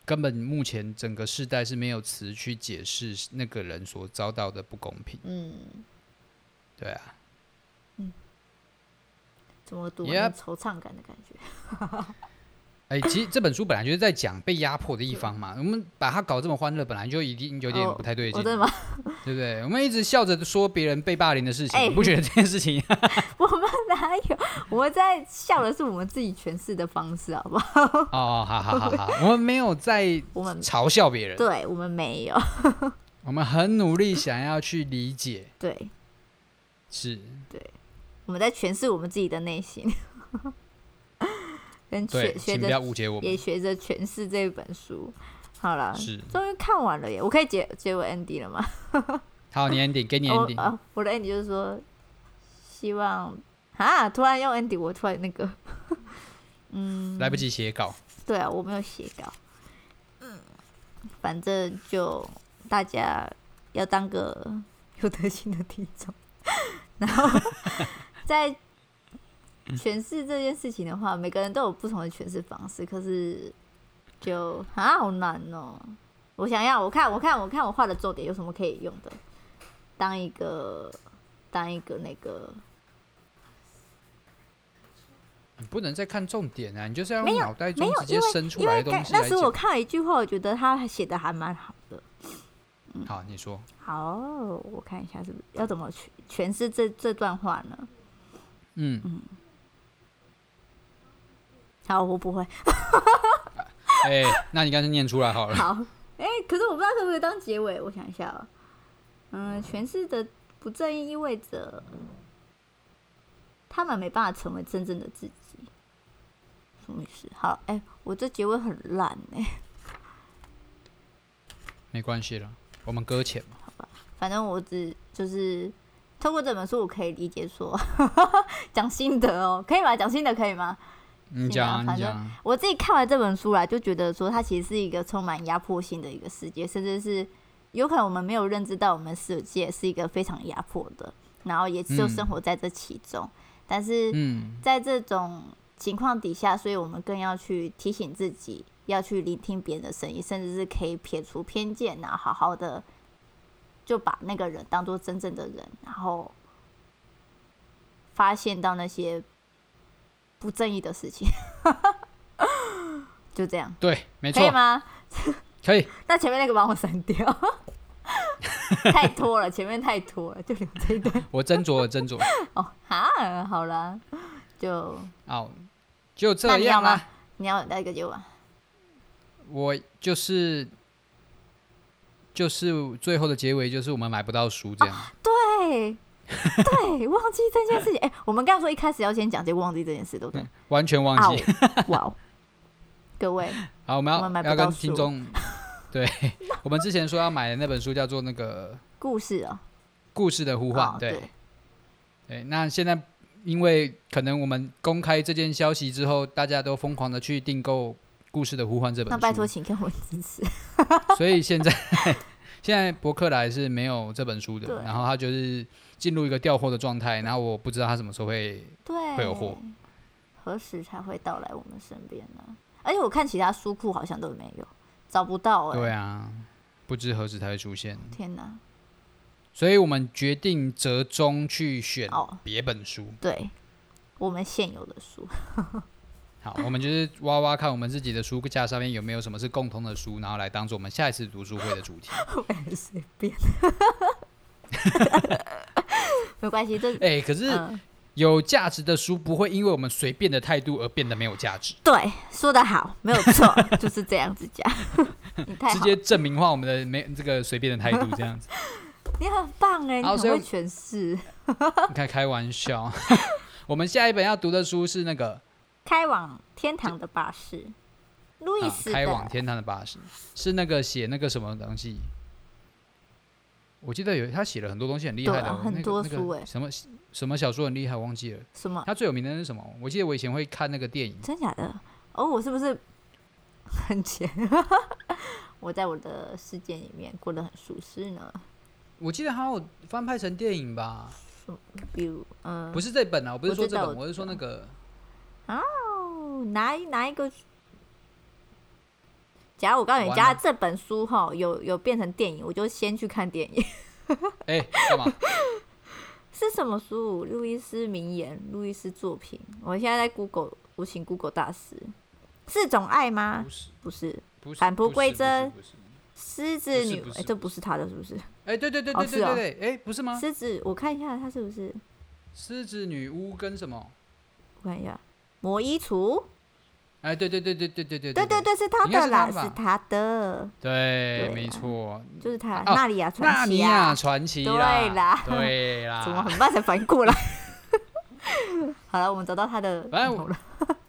Speaker 1: 根本目前整个世代是没有词去解释那个人所遭到的不公平。
Speaker 2: 嗯，
Speaker 1: 对啊，
Speaker 2: 怎么读
Speaker 1: Yep
Speaker 2: 那种惆怅感的感觉？
Speaker 1: 哎，其实这本书本来就是在讲被压迫的一方嘛，我们把它搞这么欢乐，本来就已经有点
Speaker 2: 哦
Speaker 1: 不太对劲
Speaker 2: 我真的吗？ (laughs)
Speaker 1: 对不对？我们一直笑着说别人被霸凌的事情，
Speaker 2: 哎
Speaker 1: 你不觉得这件事情
Speaker 2: (laughs) 我们哪有？我们在笑的是我们自己诠释的方式，好不好？
Speaker 1: 哦，好好好好，我们没有在
Speaker 2: 我们
Speaker 1: 嘲笑别人，
Speaker 2: 对，我们没有。
Speaker 1: 我们很努力想要去理解，
Speaker 2: 对，
Speaker 1: 是
Speaker 2: 我们在诠释我们自己的内心，跟
Speaker 1: 对
Speaker 2: 学，学
Speaker 1: 请不要
Speaker 2: 着
Speaker 1: 误解我
Speaker 2: 也
Speaker 1: 们，
Speaker 2: 学着诠释这本书。好了，
Speaker 1: 是
Speaker 2: 终于看完了耶！我可以结结尾 ND 了吗？
Speaker 1: 好，你 ending，给你
Speaker 2: 我
Speaker 1: ending，
Speaker 2: 啊，我的 Andy 就是说，希望啊，突然用 Andy，我突然那个，嗯，
Speaker 1: 来不及写稿，
Speaker 2: 对啊，我没有写稿，嗯，反正就大家要当个有德性的听众， (laughs) 然后在诠释这件事情的话，每个人都有不同的诠释方式，可是就啊，好难哦。我想要，我看，我看，我看我画的重点有什么可以用的，当一个，当一个那个，
Speaker 1: 你不能再看重点啊，你就是要
Speaker 2: 没
Speaker 1: 用
Speaker 2: 有
Speaker 1: 脑袋
Speaker 2: 没
Speaker 1: 中
Speaker 2: 有
Speaker 1: 直接生出
Speaker 2: 因
Speaker 1: 来
Speaker 2: 为
Speaker 1: 的东
Speaker 2: 刚
Speaker 1: 西
Speaker 2: 那
Speaker 1: 来
Speaker 2: 时候
Speaker 1: 讲。
Speaker 2: 我看了一句话，我觉得他写的还蛮好的，
Speaker 1: 好，你说，
Speaker 2: 好，我看一下是不是要怎么诠诠释这这段话呢？
Speaker 1: 嗯，
Speaker 2: 好，我不会。
Speaker 1: 哎，那你干脆念出来好了。
Speaker 2: 好，哎、可是我不知道可不可以当结尾，我想一下哦。嗯，诠释的不正义意味着他们没办法成为真正的自己。什么意思？好，哎、我这结尾很烂哎、
Speaker 1: 没关系了，我们搁浅嘛。
Speaker 2: 反正我只就是 (laughs) 透过这本书，我可以理解说讲心得哦，可以吧？讲心得可以吗？
Speaker 1: 你
Speaker 2: 是啊
Speaker 1: 讲啊，
Speaker 2: 反
Speaker 1: 你
Speaker 2: 正
Speaker 1: 讲啊，
Speaker 2: 我自己看完这本书啦，就觉得说它其实是一个充满压迫性的一个世界，甚至是有可能我们没有认知到我们世界是一个非常压迫的，然后也就
Speaker 1: 嗯
Speaker 2: 生活在这其中。但是
Speaker 1: 嗯，
Speaker 2: 在这种情况底下，所以我们更要去提醒自己，要去聆听别人的声音，甚至是可以撇除偏见，然后好好的就把那个人当做真正的人，然后发现到那些不正义的事情，就这样，
Speaker 1: 对，没
Speaker 2: 可以
Speaker 1: 错，
Speaker 2: 吗？
Speaker 1: 可以，
Speaker 2: 那前面那个帮我删掉，太拖了，前面太拖了，就留这一段。
Speaker 1: 我斟酌，我斟酌，
Speaker 2: 哦，哈，好了，就
Speaker 1: 好，就
Speaker 2: 那
Speaker 1: 这
Speaker 2: 你要
Speaker 1: 样
Speaker 2: 吗
Speaker 1: 啦。
Speaker 2: 你要那个就完。
Speaker 1: 我就是就是最后的结尾，就是我们买不到书这样。
Speaker 2: 啊对，对，忘记这件事情。哎、我们刚刚说一开始要先讲，结果忘记这件事，对不对？
Speaker 1: 完全嗯忘
Speaker 2: 啊
Speaker 1: 记。
Speaker 2: 哇哦，各位，
Speaker 1: 好，我们要
Speaker 2: 我们买不
Speaker 1: 要
Speaker 2: 到
Speaker 1: 跟听
Speaker 2: 书
Speaker 1: 众，
Speaker 2: (laughs)
Speaker 1: 对我们之前说要买的那本书叫做那个《
Speaker 2: 故事哦，
Speaker 1: 故事的呼唤》
Speaker 2: 哦，对，
Speaker 1: 对，那现在因为可能我们公开这件消息之后，大家都疯狂的去订购《故事的呼唤》这本书，
Speaker 2: 那拜托，请给我们支持。
Speaker 1: (laughs) 所以现在 (laughs) 现在博客来是没有这本书的
Speaker 2: 对，
Speaker 1: 然后它就是进入一个调货的状态，然后我不知道它什么时候会，
Speaker 2: 对，
Speaker 1: 会有货
Speaker 2: 何时才会到来我们身边呢？而且我看其他书库好像都没有，找不到哎、
Speaker 1: 对啊，不知何时才会出现，
Speaker 2: 天哪，
Speaker 1: 所以我们决定折中去选
Speaker 2: 哦
Speaker 1: 别本书。
Speaker 2: 对我们现有的
Speaker 1: (laughs)
Speaker 2: 书，
Speaker 1: 好，我们就是挖挖看我们自己的书架上面有没有什么是共通的书，然后来当做我们下一次读书会的
Speaker 2: (laughs)
Speaker 1: 主题。
Speaker 2: 我也随便，没关系，这
Speaker 1: 哎、可是
Speaker 2: 嗯，
Speaker 1: 有价值的书不会因为我们随便的态度而变得没有价值，
Speaker 2: 对，说的好，没有
Speaker 1: (laughs)
Speaker 2: 错，就是这样子讲，你太
Speaker 1: 直
Speaker 2: 好
Speaker 1: 接证明化我们的没这个随便的态度这样
Speaker 2: (laughs)
Speaker 1: 子。
Speaker 2: 你很棒哎，你
Speaker 1: 好
Speaker 2: 很
Speaker 1: 所以
Speaker 2: 会诠释。
Speaker 1: 开开玩笑， (laughs) 我们下一本要读的书是那个
Speaker 2: 开往天堂的巴士，路易
Speaker 1: 啊
Speaker 2: 斯
Speaker 1: 开往
Speaker 2: 的，
Speaker 1: 天堂的巴士》，是那个写那个什么东西？我记得有他写了很多东西很厉害的
Speaker 2: 对
Speaker 1: 哦，
Speaker 2: 啊很多
Speaker 1: 那个
Speaker 2: 书
Speaker 1: 那
Speaker 2: 啊哎
Speaker 1: 个什么什么小说很厉害，忘记了。
Speaker 2: 什么？
Speaker 1: 他最有名的是什么？我记得我以前会看那个电影。
Speaker 2: 真假的？哦，我是不是很浅？ (laughs) 我在我的世界里面过得很舒适呢。
Speaker 1: 我记得好像有翻拍成电影吧，
Speaker 2: 比如，嗯，
Speaker 1: 不是这本啊，我不是
Speaker 2: 我
Speaker 1: 说
Speaker 2: 知
Speaker 1: 这
Speaker 2: 道
Speaker 1: 本，我
Speaker 2: 我
Speaker 1: 是
Speaker 2: 知
Speaker 1: 说
Speaker 2: 道
Speaker 1: 那个
Speaker 2: 哦，拿一拿一个。假如我告诉你，
Speaker 1: 完了
Speaker 2: 假如这本书哈有有变成电影，我就先去看电影。 (laughs)
Speaker 1: 哎干嘛？
Speaker 2: 是什么书？路易斯名言、路易斯作品。我现在在 Google，我请 Google 大师。是种爱吗
Speaker 1: 不？是
Speaker 2: 不是，
Speaker 1: 不是
Speaker 2: 返璞
Speaker 1: 不是
Speaker 2: 归
Speaker 1: 不是
Speaker 2: 真
Speaker 1: 不是
Speaker 2: 狮子女
Speaker 1: 不是不，是
Speaker 2: 哎，这不是他的，是不是？
Speaker 1: 哎对对对
Speaker 2: 哦
Speaker 1: 对对
Speaker 2: 是哦
Speaker 1: 对对，哎不是吗？
Speaker 2: 狮子，我看一下他是不是？
Speaker 1: 狮子女巫跟什么？
Speaker 2: 我看一下，魔衣橱，
Speaker 1: 哎对对对对对对对
Speaker 2: 对对对，是他
Speaker 1: 应该
Speaker 2: 的
Speaker 1: 是他
Speaker 2: 啦，
Speaker 1: 吧
Speaker 2: 是他的，
Speaker 1: 对
Speaker 2: 对啊
Speaker 1: 没错，
Speaker 2: 就是他。
Speaker 1: 哦
Speaker 2: 纳里亚
Speaker 1: 纳
Speaker 2: 传
Speaker 1: 尼
Speaker 2: 奇
Speaker 1: 亚
Speaker 2: 啊，
Speaker 1: 传奇
Speaker 2: 对啦
Speaker 1: 对
Speaker 2: (laughs) 怎么
Speaker 1: 啦，
Speaker 2: 很慢才反应过来？ (laughs) 好了，我们找到他的
Speaker 1: 反正
Speaker 2: 头了。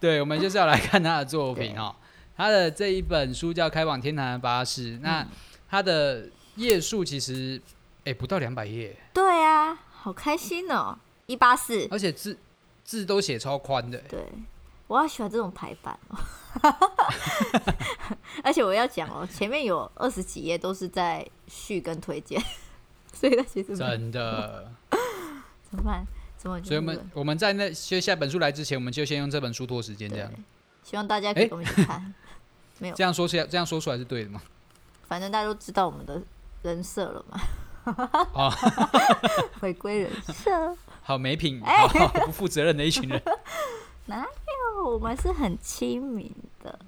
Speaker 1: 对，我们就是要来看他的作品
Speaker 2: 对
Speaker 1: 哦。他的这一本书叫《开往天堂的巴士》，
Speaker 2: 嗯
Speaker 1: 那他的页数其实哎不到两百页，
Speaker 2: 对啊，好开心哦，一八四。
Speaker 1: 而且字字都写超宽的。
Speaker 2: 对，我好喜欢这种排版哦。 (laughs) 而且我要讲哦，前面有二十几页都是在序跟推荐， (laughs) 所以它其实没
Speaker 1: 真的，
Speaker 2: 怎么办？怎么？
Speaker 1: 所以我们我们在那就下本书来之前，我们就先用这本书拖时间，这样
Speaker 2: 对希望大家可以
Speaker 1: 哎
Speaker 2: 跟我们一起看，
Speaker 1: 这样说出来，这样说出来是对的吗？ (laughs)
Speaker 2: 反正大家都知道我们的人设了嘛。
Speaker 1: 哦
Speaker 2: (laughs) 回归人设，
Speaker 1: 好没品，
Speaker 2: 哎
Speaker 1: 好好不负责任的一群
Speaker 2: (laughs)
Speaker 1: 人
Speaker 2: 哦我们是很亲民的，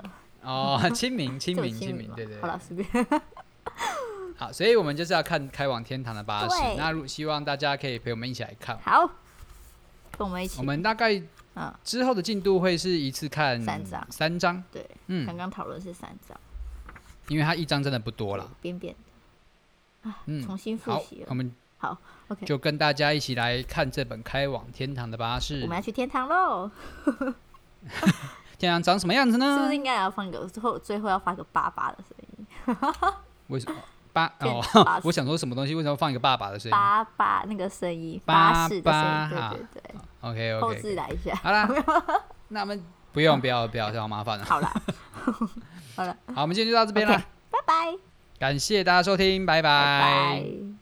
Speaker 1: 哦，亲民亲
Speaker 2: 这种
Speaker 1: 民亲民，
Speaker 2: 嘛
Speaker 1: 对对。
Speaker 2: 好
Speaker 1: 对
Speaker 2: 了，随便。
Speaker 1: 好，所以我们就是要看开往天堂的巴士
Speaker 2: 对，
Speaker 1: 那如希望大家可以陪我们一起来看。
Speaker 2: 好，跟我们一起。
Speaker 1: 我们大概
Speaker 2: 嗯
Speaker 1: 之后的进度会是一次看
Speaker 2: 三章
Speaker 1: 三章，
Speaker 2: 对，刚
Speaker 1: 嗯，
Speaker 2: 刚讨论是三张，
Speaker 1: 因为它一章真的不多了，
Speaker 2: 边边的啊，
Speaker 1: 嗯
Speaker 2: 重新复
Speaker 1: 好
Speaker 2: 习，
Speaker 1: 我
Speaker 2: 了。
Speaker 1: 们
Speaker 2: 好，OK，
Speaker 1: 就跟大家一起来看这本《开往天堂的巴士
Speaker 2: 我们》要，去天堂喽，
Speaker 1: 天堂长什么样子
Speaker 2: 是不
Speaker 1: 呢
Speaker 2: 是？应该要放个最后最后要发个爸爸的声音？
Speaker 1: 为什么八哦
Speaker 2: 电巴？士
Speaker 1: (laughs) 我想说什么东西？为什么放一个爸爸的声音
Speaker 2: 爸爸那个声音，
Speaker 1: 爸
Speaker 2: 巴士的声
Speaker 1: 爸
Speaker 2: 音，
Speaker 1: 啊
Speaker 2: 对对对，
Speaker 1: ？OK
Speaker 2: 后
Speaker 1: OK，
Speaker 2: 置来一下。
Speaker 1: (laughs) 好啦，那我们不用，不要，不要，这样麻烦了。
Speaker 2: 好啦，
Speaker 1: 好，我们今天就到这边了
Speaker 2: OK 拜拜，
Speaker 1: 感谢大家收听，拜
Speaker 2: 拜拜。